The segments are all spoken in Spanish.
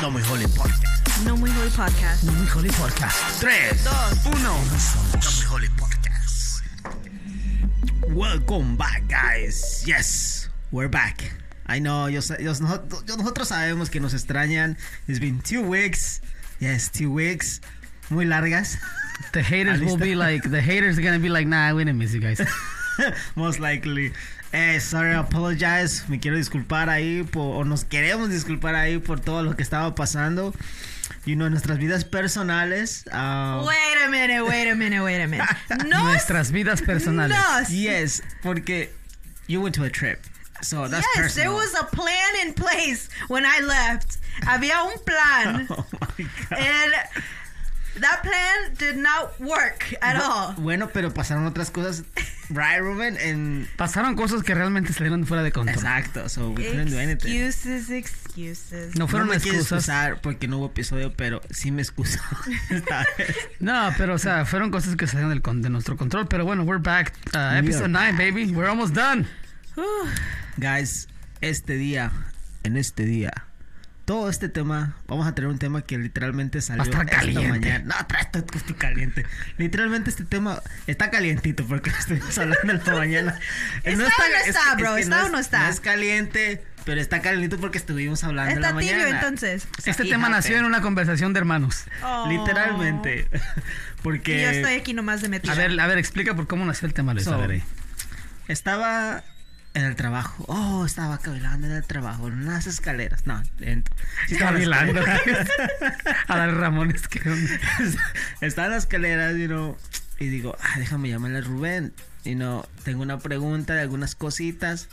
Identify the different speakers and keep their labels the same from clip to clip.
Speaker 1: No muy holy podcast.
Speaker 2: No Muy Hoy Podcast.
Speaker 1: No muy holy podcast. 3, 2, 1. No muy holy podcast. Welcome back, guys. Yes, we're back. I know, yo, sa- yo- noso- yo- nosotros sabemos que nos extrañan. It's been two weeks. Yes, two weeks. Muy largas.
Speaker 3: The haters will be like, the haters are gonna be like, nah, we didn't miss you guys.
Speaker 1: Most likely. Eh, sorry, apologize. Me quiero disculpar ahí por, o nos queremos disculpar ahí por todo lo que estaba pasando. Y no, en nuestras vidas personales. ah,
Speaker 2: Wait a minute, wait a minute, wait a minute. Nos,
Speaker 3: Nuestras vidas personales.
Speaker 2: nos.
Speaker 1: yes, porque you went to a trip. So that's
Speaker 2: yes, there
Speaker 1: personal.
Speaker 2: was a plan in place when I left. Había un plan.
Speaker 1: Oh my God.
Speaker 2: and that plan did not work at all.
Speaker 1: Bueno, pero pasaron otras cosas, right, Ruben? En-
Speaker 3: Pasaron cosas que realmente salieron fuera de control.
Speaker 1: exacto, so we couldn't do anything.
Speaker 2: Excuses, excuses.
Speaker 3: No fueron
Speaker 1: no me quiero
Speaker 3: excusas.
Speaker 1: excusar porque no hubo episodio, pero sí me excuso esta vez.
Speaker 3: No, pero o sea, fueron cosas que salieron del con- de nuestro control. Pero bueno, we're back. Uh,
Speaker 1: are
Speaker 3: episode 9, baby. We're almost done.
Speaker 2: Whew.
Speaker 1: Guys, este día, en este día, todo este tema, vamos a tener un tema que literalmente salió
Speaker 3: estar
Speaker 1: esta
Speaker 3: caliente.
Speaker 1: mañana. No, tra- estoy, estoy caliente. Literalmente este tema está calientito porque lo estuvimos hablando esta mañana.
Speaker 2: ¿Está o no
Speaker 1: es que-
Speaker 2: está,
Speaker 1: es
Speaker 2: bro?
Speaker 1: que
Speaker 2: ¿Está o no está?
Speaker 1: es caliente, pero está calientito porque estuvimos hablando en la
Speaker 2: Está tibio
Speaker 1: mañana.
Speaker 2: entonces. Oh.
Speaker 1: O sea,
Speaker 3: este
Speaker 1: it
Speaker 3: tema nació en
Speaker 1: happened.
Speaker 3: una conversación de hermanos.
Speaker 1: Literalmente.
Speaker 2: Y
Speaker 1: Porque
Speaker 2: yo estoy aquí nomás de metida.
Speaker 3: A ver, a ver, explica por cómo nació el tema, Luis.
Speaker 1: So,
Speaker 3: a ver ahí.
Speaker 1: Estaba en el trabajo. Oh, estaba cavilando en el trabajo, en unas escaleras. No, lento. Sí estaba en las
Speaker 3: Cavilando.
Speaker 1: escaleras.
Speaker 3: A dar Ramones que...
Speaker 1: estaba en las escaleras, you know, y digo, ah, déjame llamarle a Rubén. Y no, tengo una pregunta de algunas cositas.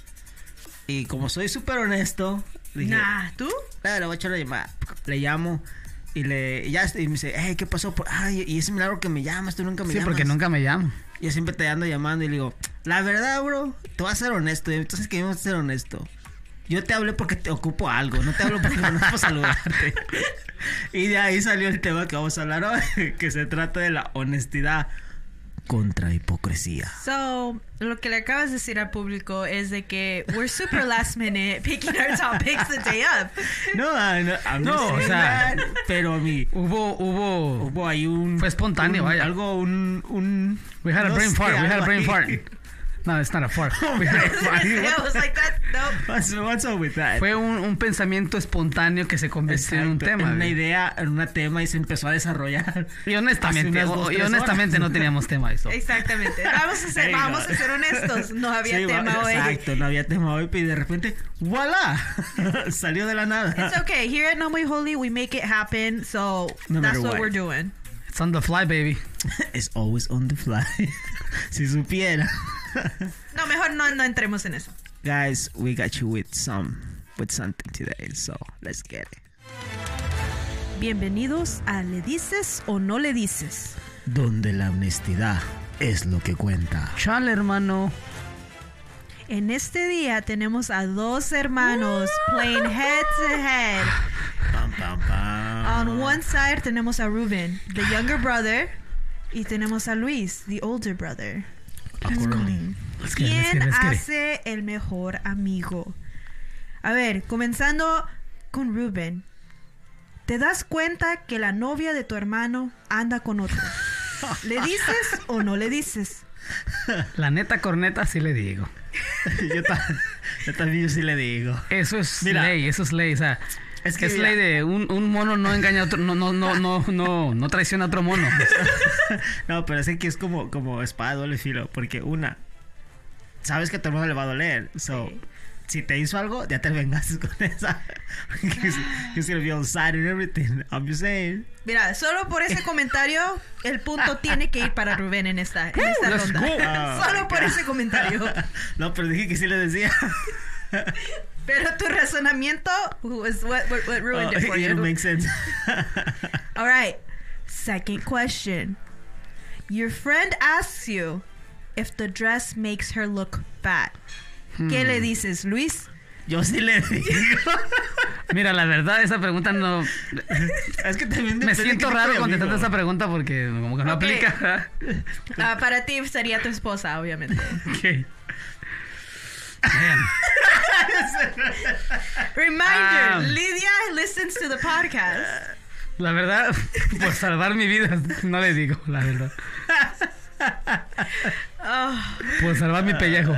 Speaker 1: Y como soy súper honesto, dije,
Speaker 2: Nah, ¿tú?
Speaker 1: "Ah, le voy a echar la llamada. Le llamo. Y le, y ya, y me dice, hey, ¿qué pasó? Por- Ay, y es milagro que me llamas, tú nunca me
Speaker 3: Sí,
Speaker 1: llamas.
Speaker 3: porque nunca me llamo.
Speaker 1: Yo siempre te ando llamando y le digo, la verdad, bro, te voy a ser honesto. y Entonces que debemos ser honesto. Yo te hablé porque te ocupo algo, no te hablo porque no puedo saludarte. y de ahí salió el tema que vamos a hablar hoy, que se trata de la honestidad contra hipocresía.
Speaker 2: So, lo que le acabas de decir al público es de que we're super last minute picking our topics the day up.
Speaker 1: No, ah, no, I'm
Speaker 3: No,
Speaker 1: just
Speaker 3: o
Speaker 1: saying
Speaker 3: sea-
Speaker 1: that, pero a mí
Speaker 3: Hubo, hubo...
Speaker 1: hubo ahí un
Speaker 3: Fue espontáneo,
Speaker 1: un-
Speaker 3: vaya.
Speaker 1: algo un un
Speaker 3: We had a
Speaker 1: no
Speaker 3: brain
Speaker 1: sé,
Speaker 3: fart. We had
Speaker 1: algo
Speaker 3: a brain
Speaker 1: ahí. Oh,
Speaker 3: fart. No, it's not a fart. We had a
Speaker 2: I was like, that, nope.
Speaker 1: What's, what's up with that?
Speaker 3: Fue un, un pensamiento espontáneo que se convirtió en un
Speaker 1: Exacto,
Speaker 3: tema.
Speaker 1: en una
Speaker 3: güey.
Speaker 1: idea, en un tema y se empezó a desarrollar.
Speaker 3: Y honestamente,
Speaker 1: Hace unas dos,
Speaker 3: o- y
Speaker 1: tres
Speaker 3: honestamente
Speaker 1: horas.
Speaker 3: no teníamos tema eso.
Speaker 2: Exactamente. Vamos a ser,
Speaker 1: There you
Speaker 2: vamos
Speaker 1: go.
Speaker 2: a ser honestos. No había
Speaker 1: Sí,
Speaker 2: tema
Speaker 1: va-
Speaker 2: hoy.
Speaker 1: Exacto, no había tema hoy, pero de repente, ¡voilà! Salió de la nada.
Speaker 2: It's okay. Here at No Muy Holy, we make it happen. So
Speaker 1: No
Speaker 2: that's
Speaker 1: matter
Speaker 2: what
Speaker 1: what.
Speaker 2: we're doing.
Speaker 3: It's on the fly, baby.
Speaker 1: It's always on the fly. si supiera.
Speaker 2: No, mejor no, no entremos en eso.
Speaker 1: Guys, we got you with some, with something today, so let's get it.
Speaker 2: Bienvenidos a Le Dices o No Le Dices.
Speaker 1: Donde la honestidad es lo que cuenta.
Speaker 3: Chale, hermano.
Speaker 2: En este día tenemos a dos hermanos playing head to head.
Speaker 1: Pam, pam, pam.
Speaker 2: On one side tenemos a Ruben, the younger brother, y tenemos a Luis, the older brother.
Speaker 1: Accordingly.
Speaker 3: Let's get it, let's
Speaker 2: ¿Quién
Speaker 3: get it, let's get it.
Speaker 2: hace el mejor amigo? A ver, comenzando con Ruben. ¿Te das cuenta que la novia de tu hermano anda con otro? ¿Le dices o no le dices?
Speaker 3: La neta corneta sí le digo.
Speaker 1: yo, ta- yo también yo sí le digo.
Speaker 3: Eso es
Speaker 1: Mira.
Speaker 3: ley, eso es ley. O sea,
Speaker 1: Es
Speaker 3: es,
Speaker 1: que mira.
Speaker 3: ley de un, un mono no engaña a otro, no, no, no, no, no, no traiciona a otro mono.
Speaker 1: No, pero es que es como, como espada de doble filo, porque una, sabes que a tu hermano le va a doler, so,
Speaker 2: Sí.
Speaker 1: si te hizo algo, ya te vengas con esa. He's, he's gonna be on side and everything, I'm just saying.
Speaker 2: Mira, solo por ese comentario, el punto tiene que ir para Rubén en esta, en esta
Speaker 3: Let's
Speaker 2: ronda.
Speaker 1: go.
Speaker 2: solo por ese comentario.
Speaker 1: No, pero dije que sí le decía.
Speaker 2: Pero tu razonamiento was what, what, what ruined it for
Speaker 1: Oh,
Speaker 2: you.
Speaker 1: It makes sense.
Speaker 2: All right. Second question. Your friend asks you if the dress makes her look fat.
Speaker 3: Mm.
Speaker 2: ¿Qué
Speaker 3: Hmm.
Speaker 2: le dices, Luis?
Speaker 1: Yo sí le digo.
Speaker 3: Mira, la verdad, esa pregunta no.
Speaker 1: Es que también
Speaker 3: Me siento raro contestando esa pregunta porque como que no
Speaker 2: Ok.
Speaker 3: aplica.
Speaker 2: Ah, para ti sería tu esposa, obviamente.
Speaker 3: Ok. Man.
Speaker 2: Reminder,
Speaker 3: Um, Ah.
Speaker 2: Lydia listens listens to the podcast.
Speaker 3: La verdad, por salvar mi vida, no le digo, la verdad.
Speaker 2: Oh,
Speaker 3: Por salvar mi pellejo.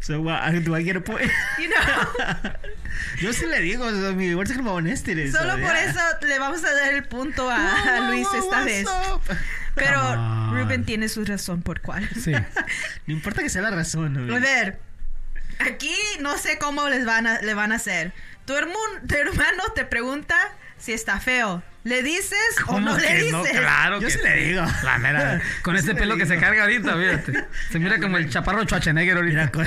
Speaker 1: So, what, I- do I get a point?
Speaker 2: Oh, you know.
Speaker 1: Yo sí le digo, so, mi words are honest it is,
Speaker 2: Solo
Speaker 1: so,
Speaker 2: por
Speaker 1: yeah.
Speaker 2: eso le vamos a dar el punto
Speaker 1: Wow,
Speaker 2: a, a
Speaker 1: wow,
Speaker 2: Luis
Speaker 1: wow,
Speaker 2: esta
Speaker 1: what's
Speaker 2: vez.
Speaker 1: up?
Speaker 2: Pero
Speaker 3: Come on.
Speaker 2: Ruben tiene su razón por cuál.
Speaker 3: Sí.
Speaker 1: No importa que sea la razón,
Speaker 2: A
Speaker 1: güey.
Speaker 2: ver, aquí no sé cómo les van a, le van a hacer. Tu, hermu- tu hermano te pregunta si está feo. ¿Le dices o no le
Speaker 3: que
Speaker 2: dices?
Speaker 3: no? Claro
Speaker 1: Yo
Speaker 3: que
Speaker 1: sí le digo.
Speaker 3: La mera. Con
Speaker 1: Yo
Speaker 3: ese
Speaker 1: sí le
Speaker 3: pelo que
Speaker 1: digo.
Speaker 3: se carga ahorita, fíjate. Se mira como el chaparro Schwarzenegger ahorita.
Speaker 1: Mira, con,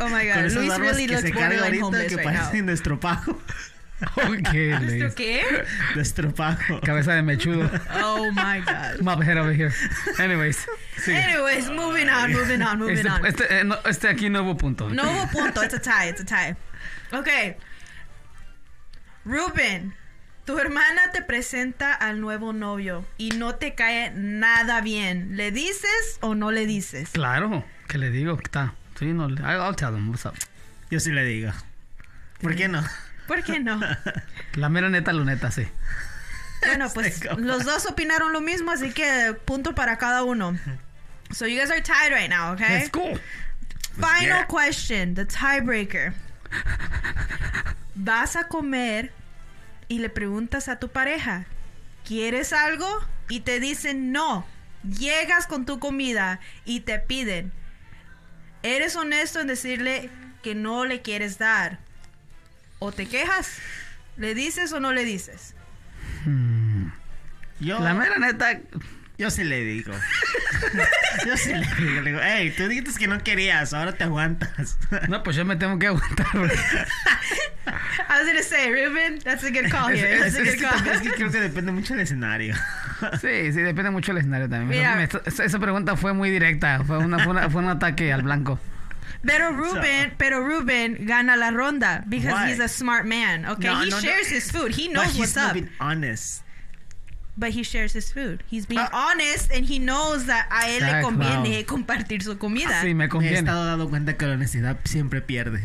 Speaker 2: Oh my god,
Speaker 1: con esas
Speaker 2: Luis
Speaker 1: barbas
Speaker 2: really
Speaker 1: que
Speaker 2: looks
Speaker 1: se carga
Speaker 2: borderline
Speaker 1: ahorita
Speaker 2: homeless
Speaker 1: que
Speaker 2: right
Speaker 1: parecen
Speaker 2: now.
Speaker 1: de estropajo.
Speaker 3: Ok, Luis.
Speaker 2: ¿Esto qué?
Speaker 1: De estropajo.
Speaker 3: Cabeza de mechudo.
Speaker 2: Oh my god.
Speaker 3: Mop head over here. Anyways. sigue.
Speaker 2: Anyways, moving on, moving on, moving
Speaker 3: Este,
Speaker 2: on.
Speaker 3: este, eh, no, este aquí no hubo punto.
Speaker 2: No hubo punto, it's a tie, it's a tie. Ok. Ruben, tu hermana te presenta al nuevo novio y no te cae nada bien. ¿Le dices o no le dices?
Speaker 3: Claro, que le digo, está. Sí, no, le- I'll I'll tell them what's up.
Speaker 1: Yo sí le digo. ¿Por qué no?
Speaker 2: ¿Por qué no?
Speaker 3: La mera neta, la neta, sí.
Speaker 2: Bueno, pues los dos opinaron lo mismo, así que punto para cada uno. So you guys are tied right now, okay?
Speaker 3: Let's go.
Speaker 1: Yeah.
Speaker 2: Final question, the tiebreaker. Vas a comer y le preguntas a tu pareja, ¿quieres algo? Y te dicen no. Llegas con tu comida y te piden. ¿Eres honesto en decirle que no le quieres dar? ¿O te quejas? ¿Le dices o no le dices?
Speaker 1: Yo,
Speaker 3: La mera neta,
Speaker 1: yo sí le digo. yo sí le digo. Le digo, hey, tú dijiste que no querías, ahora te aguantas.
Speaker 3: no, pues yo me tengo que aguantar. güey.
Speaker 2: I was gonna say, Ruben, that's a good call here.
Speaker 1: es,
Speaker 2: That's a
Speaker 1: es
Speaker 2: good
Speaker 1: que,
Speaker 2: call.
Speaker 1: también- es que creo que depende mucho del escenario.
Speaker 3: Sí, sí, depende mucho del escenario también.
Speaker 2: Mira.
Speaker 3: Me- esa- esa pregunta fue muy directa. Fue, una, fue, una- fue un ataque al blanco.
Speaker 2: Pero Ruben, pero Ruben gana la ronda because
Speaker 1: Why?
Speaker 2: he's a smart man. Okay,
Speaker 1: No,
Speaker 2: he
Speaker 1: no, no.
Speaker 2: shares his food. He
Speaker 1: But
Speaker 2: knows
Speaker 1: he's
Speaker 2: what's
Speaker 1: not
Speaker 2: up,
Speaker 1: being honest.
Speaker 2: but he shares his food. He's being
Speaker 1: Ah.
Speaker 2: honest and he knows that a él le
Speaker 3: Ah,
Speaker 2: conviene compartir su comida.
Speaker 3: Sí, me
Speaker 1: Me he
Speaker 3: conviene.
Speaker 1: estado dando cuenta que la honestidad siempre pierde.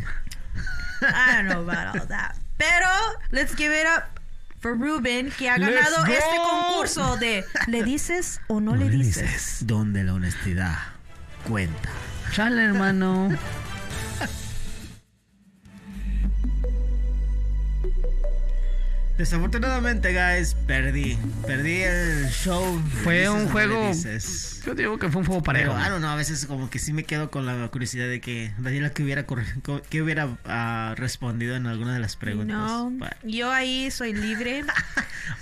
Speaker 2: I don't know about all that. Pero let's give it up for Ruben que ha
Speaker 3: Let's
Speaker 2: ganado este
Speaker 3: go.
Speaker 2: concurso de ¿le dices o no, le dices?
Speaker 1: Donde la honestidad cuenta.
Speaker 3: Chale, hermano.
Speaker 1: Desafortunadamente, guys, perdí. Perdí el show.
Speaker 3: Fue
Speaker 1: Dices,
Speaker 3: un
Speaker 1: no
Speaker 3: juego-
Speaker 1: le dices.
Speaker 3: Yo digo que fue un juego parejo.
Speaker 1: Pero, ah, no, no, a veces como que sí me quedo con la curiosidad de que Daniela que hubiera, corre- co- que hubiera ah, respondido en alguna de las preguntas.
Speaker 2: No,
Speaker 1: But-
Speaker 2: yo ahí soy libre.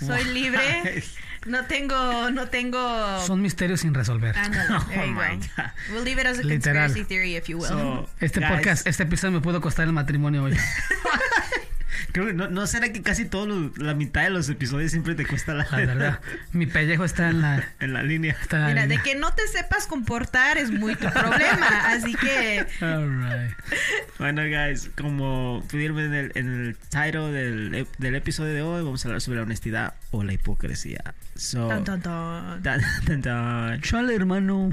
Speaker 2: Soy libre. No tengo, no tengo.
Speaker 3: Son misterios sin resolver.
Speaker 2: Ándale,
Speaker 1: Oh
Speaker 2: there you
Speaker 1: my
Speaker 2: go.
Speaker 1: God.
Speaker 2: We'll leave it as a
Speaker 3: Literal.
Speaker 2: conspiracy theory, if you will.
Speaker 1: So,
Speaker 3: Este
Speaker 1: guys,
Speaker 3: podcast, este episodio me pudo costar el matrimonio hoy.
Speaker 1: creo que no, no será que casi todo lo- la mitad de los episodios siempre te cuesta la,
Speaker 3: La verdad. Mi pellejo está en la.
Speaker 1: en la línea.
Speaker 3: Está en la
Speaker 2: Mira, de
Speaker 3: línea.
Speaker 2: que no te sepas comportar es muy tu problema, así que
Speaker 3: All right.
Speaker 1: Bueno, guys, como pudieron ver en el, en el title del, ep- del episodio de hoy, vamos a hablar sobre la honestidad o la hipocresía. So,
Speaker 2: Tan, tan, tan.
Speaker 1: tan, tan, tan.
Speaker 3: Chale, hermano.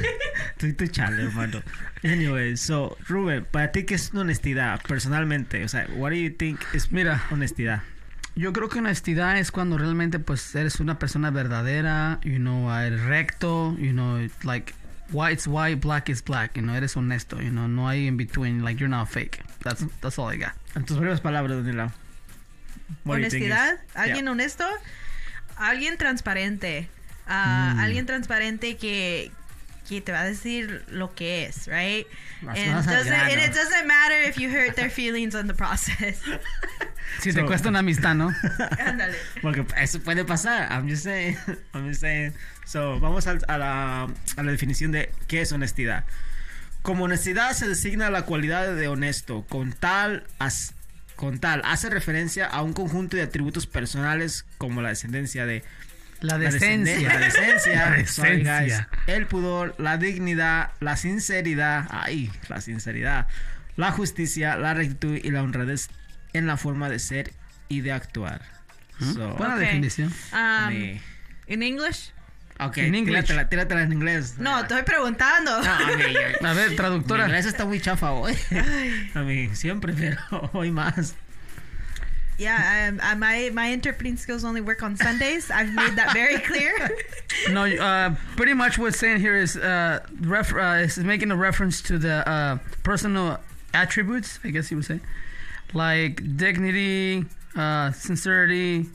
Speaker 1: Tú y tu chale, hermano. Anyway, so, Rubén, ¿para ti qué es una honestidad personalmente? O sea, what do you think es
Speaker 3: Mira.
Speaker 1: honestidad?
Speaker 3: Yo creo que honestidad es cuando realmente pues eres una persona verdadera, you know, eres recto, you know, it's like white is white, black is black, you know, eres honesto, you know, no hay in between, like you're not fake. That's that's all I got.
Speaker 1: En tus propias palabras, Daniela. What do you think
Speaker 2: honestidad,
Speaker 1: is-
Speaker 2: alguien
Speaker 1: Yeah.
Speaker 2: honesto, alguien transparente, ah,
Speaker 1: Mm.
Speaker 2: alguien transparente que que te va a decir lo que es, right?
Speaker 1: Las
Speaker 2: And,
Speaker 1: cosas al
Speaker 2: doesn't- and
Speaker 1: grano.
Speaker 2: it doesn't matter if you hurt their feelings in the process.
Speaker 3: Si te
Speaker 1: So-
Speaker 3: cuesta una amistad, ¿no?
Speaker 2: Ándale.
Speaker 1: Porque eso puede pasar. I'm just saying. I'm just saying. So, vamos al- a, la, a la definición de qué es honestidad. Como honestidad se designa la cualidad de honesto. Con tal, as- con tal hace referencia a un conjunto de atributos personales como la descendencia de...
Speaker 3: La
Speaker 1: la descende-
Speaker 3: decencia.
Speaker 1: La decencia.
Speaker 3: La
Speaker 1: sorry, guys,
Speaker 3: decencia.
Speaker 1: el pudor, la dignidad, la sinceridad. Ay, la sinceridad. La justicia, la rectitud y la honradez en la forma de ser y de actuar. So,
Speaker 3: Buena
Speaker 2: Ok.
Speaker 3: definición.
Speaker 2: Um,
Speaker 1: me-
Speaker 2: in English?
Speaker 1: Ok,
Speaker 3: En inglés.
Speaker 1: tíratela, tíratela en inglés.
Speaker 2: No, estoy preguntando.
Speaker 1: No, a mí, yo-
Speaker 3: A ver,
Speaker 1: mi
Speaker 3: traductora.
Speaker 1: inglés está muy chafa hoy. A mí, siempre, pero hoy más.
Speaker 2: Yeah, um, uh, my my interpreting skills only work on Sundays. I've made that very clear.
Speaker 3: No, uh, pretty much what's saying here is uh, ref- uh, is making a reference to the uh, personal attributes, I guess you would say, like dignity, uh, sincerity,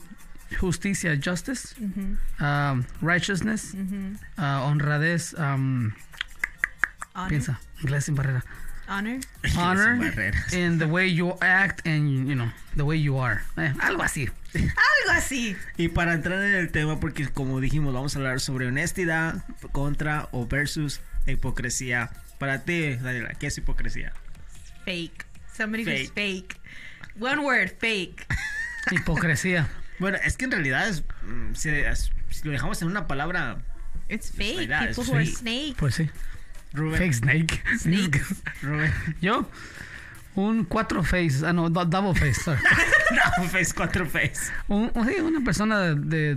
Speaker 3: justicia, justice,
Speaker 2: hmm
Speaker 3: um, righteousness,
Speaker 2: hmm
Speaker 3: uh, honradez, um,
Speaker 2: Honor,
Speaker 3: piensa, inglés sin barrera,
Speaker 2: honor.
Speaker 3: Honor.
Speaker 1: Sin barreras.
Speaker 3: in the way you act and you know the way you are, Eh, algo así.
Speaker 2: Ah, Algo así.
Speaker 1: Y para entrar en el tema, porque como dijimos, vamos a hablar sobre honestidad contra o versus hipocresía. Para ti, Daniela, ¿qué es hipocresía?
Speaker 2: Fake. Somebody who's fake. One word. Fake.
Speaker 3: Hipocresía.
Speaker 1: Bueno, es que en realidad, es, mm, si, es- si lo dejamos en una palabra,
Speaker 2: It's
Speaker 1: like
Speaker 2: fake.
Speaker 1: that,
Speaker 2: People
Speaker 1: it's
Speaker 2: who are
Speaker 1: fake.
Speaker 2: snake.
Speaker 3: Pues sí.
Speaker 1: Rubén,
Speaker 3: Fake snake.
Speaker 2: Snake.
Speaker 1: Rubén,
Speaker 3: Yo, un cuatro face. Ah, no, do- double face, sorry.
Speaker 1: no, face, cuatro face.
Speaker 3: Un- un- sí, una persona de, de,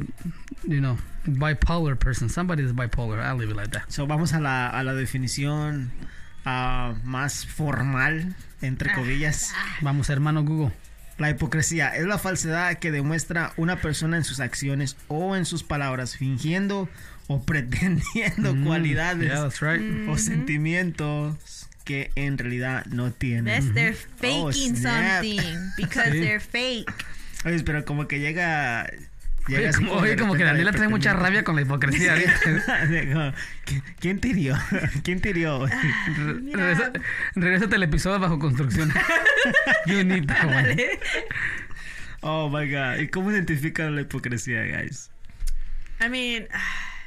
Speaker 3: you know, bipolar person. Somebody is bipolar. I'll leave it like that.
Speaker 1: So, vamos a la, a la definición ah, más formal, entre comillas.
Speaker 3: Vamos, hermano Google.
Speaker 1: La hipocresía es la falsedad que demuestra una persona en sus acciones o en sus palabras, fingiendo o pretendiendo
Speaker 3: Mm,
Speaker 1: cualidades
Speaker 3: Yeah, that's right.
Speaker 1: o sentimientos que en realidad no tiene.
Speaker 2: That's they're
Speaker 1: Oh,
Speaker 2: faking
Speaker 1: snap.
Speaker 2: something because
Speaker 3: Sí.
Speaker 2: they're fake.
Speaker 1: Oye, pero como que llega. llega
Speaker 3: Oye,
Speaker 1: así de
Speaker 3: como, oye, como que
Speaker 1: repente
Speaker 3: Daniela trae mucha
Speaker 1: pretendiendo.
Speaker 3: rabia con la hipocresía. ahorita.
Speaker 1: Digo, "¿Qui- ¿Quién te hirió? ¿Quién te hirió?
Speaker 2: Ah.
Speaker 3: Re-
Speaker 2: Mira.
Speaker 3: regresa- Regrésate al episodio bajo construcción. you need that one.
Speaker 1: Oh my god. ¿Y cómo identifican la hipocresía, guys?
Speaker 2: I mean,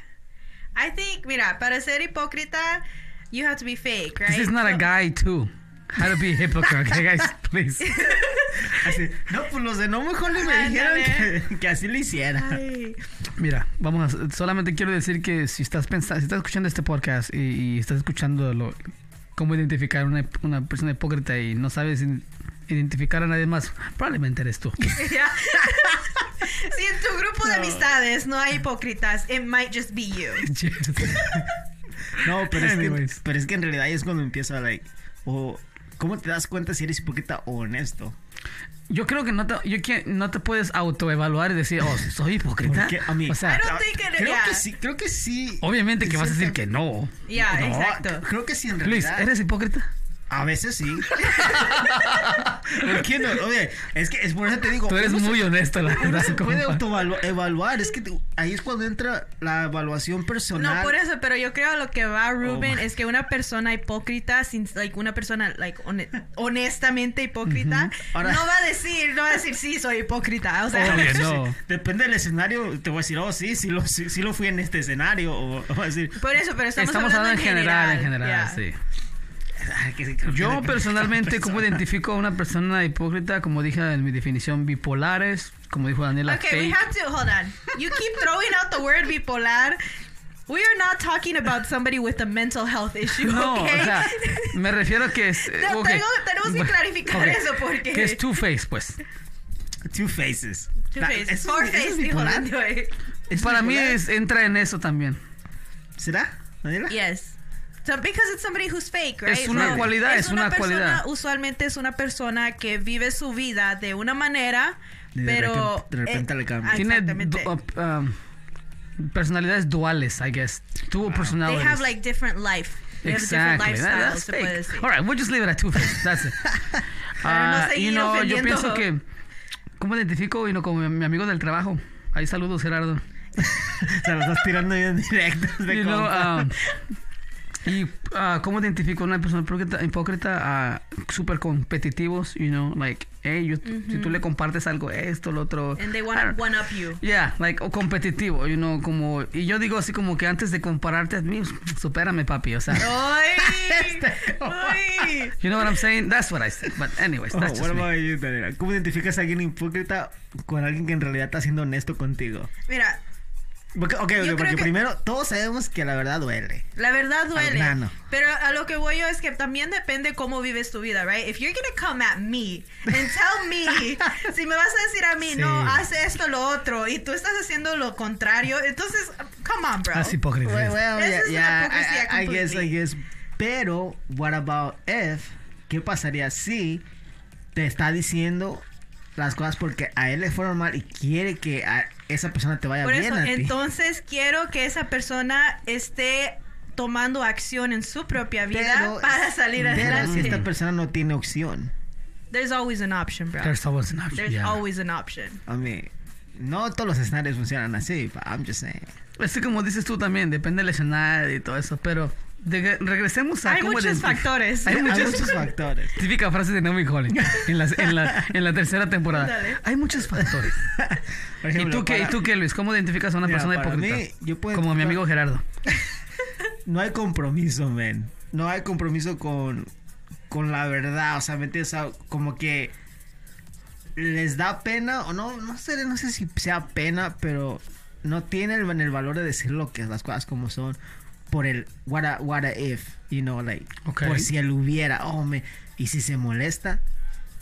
Speaker 2: I think, mira, para ser hipócrita, you have to be fake, right?
Speaker 3: This is not a
Speaker 2: So-
Speaker 3: guy, too. How to be a hypocrite, okay, guys? Please.
Speaker 1: Así, no, pues los de no mejor le me
Speaker 2: Ándale. Ah.
Speaker 1: dijeron que, que así lo hiciera.
Speaker 2: Ay.
Speaker 3: Mira, vamos a, solamente quiero decir que si estás pensando, si estás escuchando este podcast y, y estás escuchando lo- cómo identificar una, una persona hipócrita y no sabes in- identificar a nadie más, probablemente eres tú.
Speaker 2: Yeah. si en tu grupo de amistades no hay hipócritas, it might just be you.
Speaker 3: Yes.
Speaker 1: No, pero es, que,
Speaker 3: Anyways.
Speaker 1: pero es que en realidad ahí es cuando empieza, like, o. ¿Cómo te das cuenta si eres hipócrita o honesto?
Speaker 3: Yo creo que no te, yo que- no te puedes autoevaluar y decir, oh, soy hipócrita.
Speaker 1: Porque a mí-
Speaker 3: O sea,
Speaker 2: I don't think it-
Speaker 1: creo
Speaker 2: yeah.
Speaker 1: que sí, creo que sí.
Speaker 3: obviamente que vas a decir
Speaker 1: Siento-
Speaker 3: que no.
Speaker 2: Yeah,
Speaker 1: No,
Speaker 2: Ah, exacto.
Speaker 1: Creo que sí en
Speaker 3: Luis,
Speaker 1: realidad.
Speaker 3: ¿eres hipócrita?
Speaker 1: A veces sí. ¿Por qué no? Oye, es que es por eso te digo.
Speaker 3: Tú eres
Speaker 1: uno se-
Speaker 3: muy honesto, la
Speaker 1: uno
Speaker 3: verdad.
Speaker 1: se puede
Speaker 3: compa.
Speaker 1: autoevaluar. Es que te- ahí es cuando entra la evaluación personal.
Speaker 2: No, por eso, pero yo creo lo que
Speaker 3: Oh
Speaker 2: va Ruben
Speaker 1: my.
Speaker 2: es que una persona hipócrita, sin, like, una persona like, hone- honestamente hipócrita,
Speaker 1: Ahora-
Speaker 2: no va a decir, no va a decir, sí, soy hipócrita. O sea,
Speaker 1: A veces
Speaker 3: Obvio, no.
Speaker 1: sí. Depende del escenario, te voy a decir, oh, sí, sí lo, sí, sí lo fui en este escenario. O, o decir,
Speaker 2: por eso, pero estamos,
Speaker 3: Oh. Estamos hablando en general, en general,
Speaker 2: yeah.
Speaker 3: sí.
Speaker 1: "Ay, que sí, creo que
Speaker 3: Yo
Speaker 1: depende de
Speaker 3: personalmente,
Speaker 1: cada
Speaker 3: ¿cómo
Speaker 1: persona".
Speaker 3: identifico a una persona hipócrita? Como dije en mi definición, bipolares, como dijo Daniela,
Speaker 2: Okay, we
Speaker 3: fake.
Speaker 2: have to hold on. You keep throwing out the word bipolar. We are not talking about somebody with a mental health issue.
Speaker 3: No,
Speaker 2: okay?
Speaker 3: o sea, me refiero a que es...
Speaker 2: No,
Speaker 3: ok.
Speaker 2: tengo- tenemos que clarificar
Speaker 3: Ok.
Speaker 2: eso porque-
Speaker 3: Que es two-face, pues.
Speaker 1: Two faces.
Speaker 2: Two
Speaker 1: La-
Speaker 2: face,
Speaker 1: ¿eso-
Speaker 2: four
Speaker 1: eso es
Speaker 2: face, dijo
Speaker 1: bipolar?
Speaker 2: Orlando, eh.
Speaker 1: ¿Es
Speaker 3: Para mí
Speaker 1: bipolar?
Speaker 3: es, entra en eso también.
Speaker 1: ¿Será? Daniela?
Speaker 2: Yes. So, because it's somebody who's fake, right?
Speaker 3: Es una
Speaker 2: So,
Speaker 3: cualidad, es una
Speaker 2: persona,
Speaker 3: cualidad.
Speaker 2: Usualmente es una persona que vive su vida de una manera,
Speaker 1: Y de
Speaker 2: pero...
Speaker 1: repente- de repente le cambia.
Speaker 2: ah,
Speaker 3: Tiene
Speaker 2: exactamente.
Speaker 3: du- uh, um, personalidades duales, I guess. Two
Speaker 2: They
Speaker 3: personalities.
Speaker 2: have like different life. They
Speaker 3: Exactly.
Speaker 2: have different lifestyles,
Speaker 3: That- that's
Speaker 2: se puede
Speaker 3: fake.
Speaker 2: decir.
Speaker 3: All right, we'll just leave it at two faces. That's it.
Speaker 2: Para no
Speaker 3: Ah, y
Speaker 2: seguir
Speaker 3: no, yo
Speaker 2: ofendiendo.
Speaker 3: pienso que. ¿Cómo identifico? Y no, como mi- mi amigo del trabajo. Ahí saludos, Gerardo.
Speaker 1: Se lo estás tirando bien directo. Pues de
Speaker 3: Y no,
Speaker 1: compa.
Speaker 3: ah, y ah, cómo identifico a una persona hipócrita, hipócrita ah, súper competitivos, you know, like, hey, yo- si tú le compartes algo, esto, lo otro.
Speaker 2: And they
Speaker 3: I
Speaker 2: want
Speaker 3: don't-
Speaker 2: to one up you.
Speaker 3: Yeah, like, o competitivo, you know, como, y yo digo así como que antes de compararte a mí, supérame, papi, o sea,
Speaker 2: ¡Ay!
Speaker 3: Este,
Speaker 2: ¡Ay!
Speaker 3: you know what I'm saying? That's what I said, but anyways,
Speaker 1: Oh,
Speaker 3: that's just
Speaker 1: what
Speaker 3: me.
Speaker 1: about you, Daniela? ¿Cómo identificas a alguien hipócrita con alguien que en realidad está siendo honesto contigo?
Speaker 2: Mira,
Speaker 1: Porque, ok, ok,
Speaker 2: Yo creo
Speaker 1: porque
Speaker 2: que-
Speaker 1: primero todos sabemos que la verdad duele.
Speaker 2: La verdad duele.
Speaker 1: grano.
Speaker 2: Pero a lo que voy yo es que también depende cómo vives tu vida, right? If you're gonna come at me and tell me, si me vas a decir a mí,
Speaker 3: Sí.
Speaker 2: no, haz esto, lo otro, y tú estás haciendo lo contrario, entonces, come on, bro.
Speaker 3: That's hypocrisy.
Speaker 1: Well, well, yeah,
Speaker 2: This is
Speaker 1: yeah,
Speaker 2: hypocrisy
Speaker 1: I, I- I guess, I
Speaker 2: completely.
Speaker 1: guess. Pero, what about if? ¿Qué pasaría si te está diciendo las cosas porque a él le fueron mal y quiere que a esa persona te vaya
Speaker 2: Por
Speaker 1: bien
Speaker 2: eso,
Speaker 1: a ti.
Speaker 2: entonces quiero que esa persona esté tomando acción en su propia vida
Speaker 1: Pero-
Speaker 2: para salir
Speaker 1: Pero si
Speaker 2: adelante.
Speaker 1: esta persona no tiene opción,
Speaker 2: There's always an option, bro.
Speaker 3: There's always an option.
Speaker 2: There's
Speaker 3: yeah.
Speaker 2: always an option.
Speaker 1: a mí, no todos los escenarios funcionan así, but I'm just saying.
Speaker 3: Así Pues como dices tú también, depende del escenario y todo eso, pero de- regresemos a
Speaker 2: Hay
Speaker 3: cómo
Speaker 2: muchos
Speaker 3: identif-
Speaker 2: factores.
Speaker 3: Hay
Speaker 1: Hay
Speaker 3: muchos-
Speaker 1: muchos factores.
Speaker 3: Típica frase de Naomi Collins en, las- en la, en la tercera temporada.
Speaker 2: Dale.
Speaker 3: Hay muchos factores.
Speaker 1: Por
Speaker 3: ¿Y
Speaker 1: ejemplo,
Speaker 3: tú, qué, y
Speaker 1: para-
Speaker 3: tú qué, Luis? ¿Cómo identificas a una
Speaker 1: Mira,
Speaker 3: persona
Speaker 1: para
Speaker 3: hipócrita?
Speaker 1: mí, pues, yo puedo
Speaker 3: Como mi
Speaker 1: identificar-
Speaker 3: amigo Gerardo.
Speaker 1: no hay compromiso, men. No hay compromiso con, con la verdad. O sea, ¿me entiendes? O sea, como que les da pena o no, no sé, no sé si sea pena, pero no tienen el, el valor de decir lo que es, las cosas como son por el what, a- what a if, you know, like,
Speaker 3: Ok.
Speaker 1: por si él hubiera, oh, me, y si se molesta,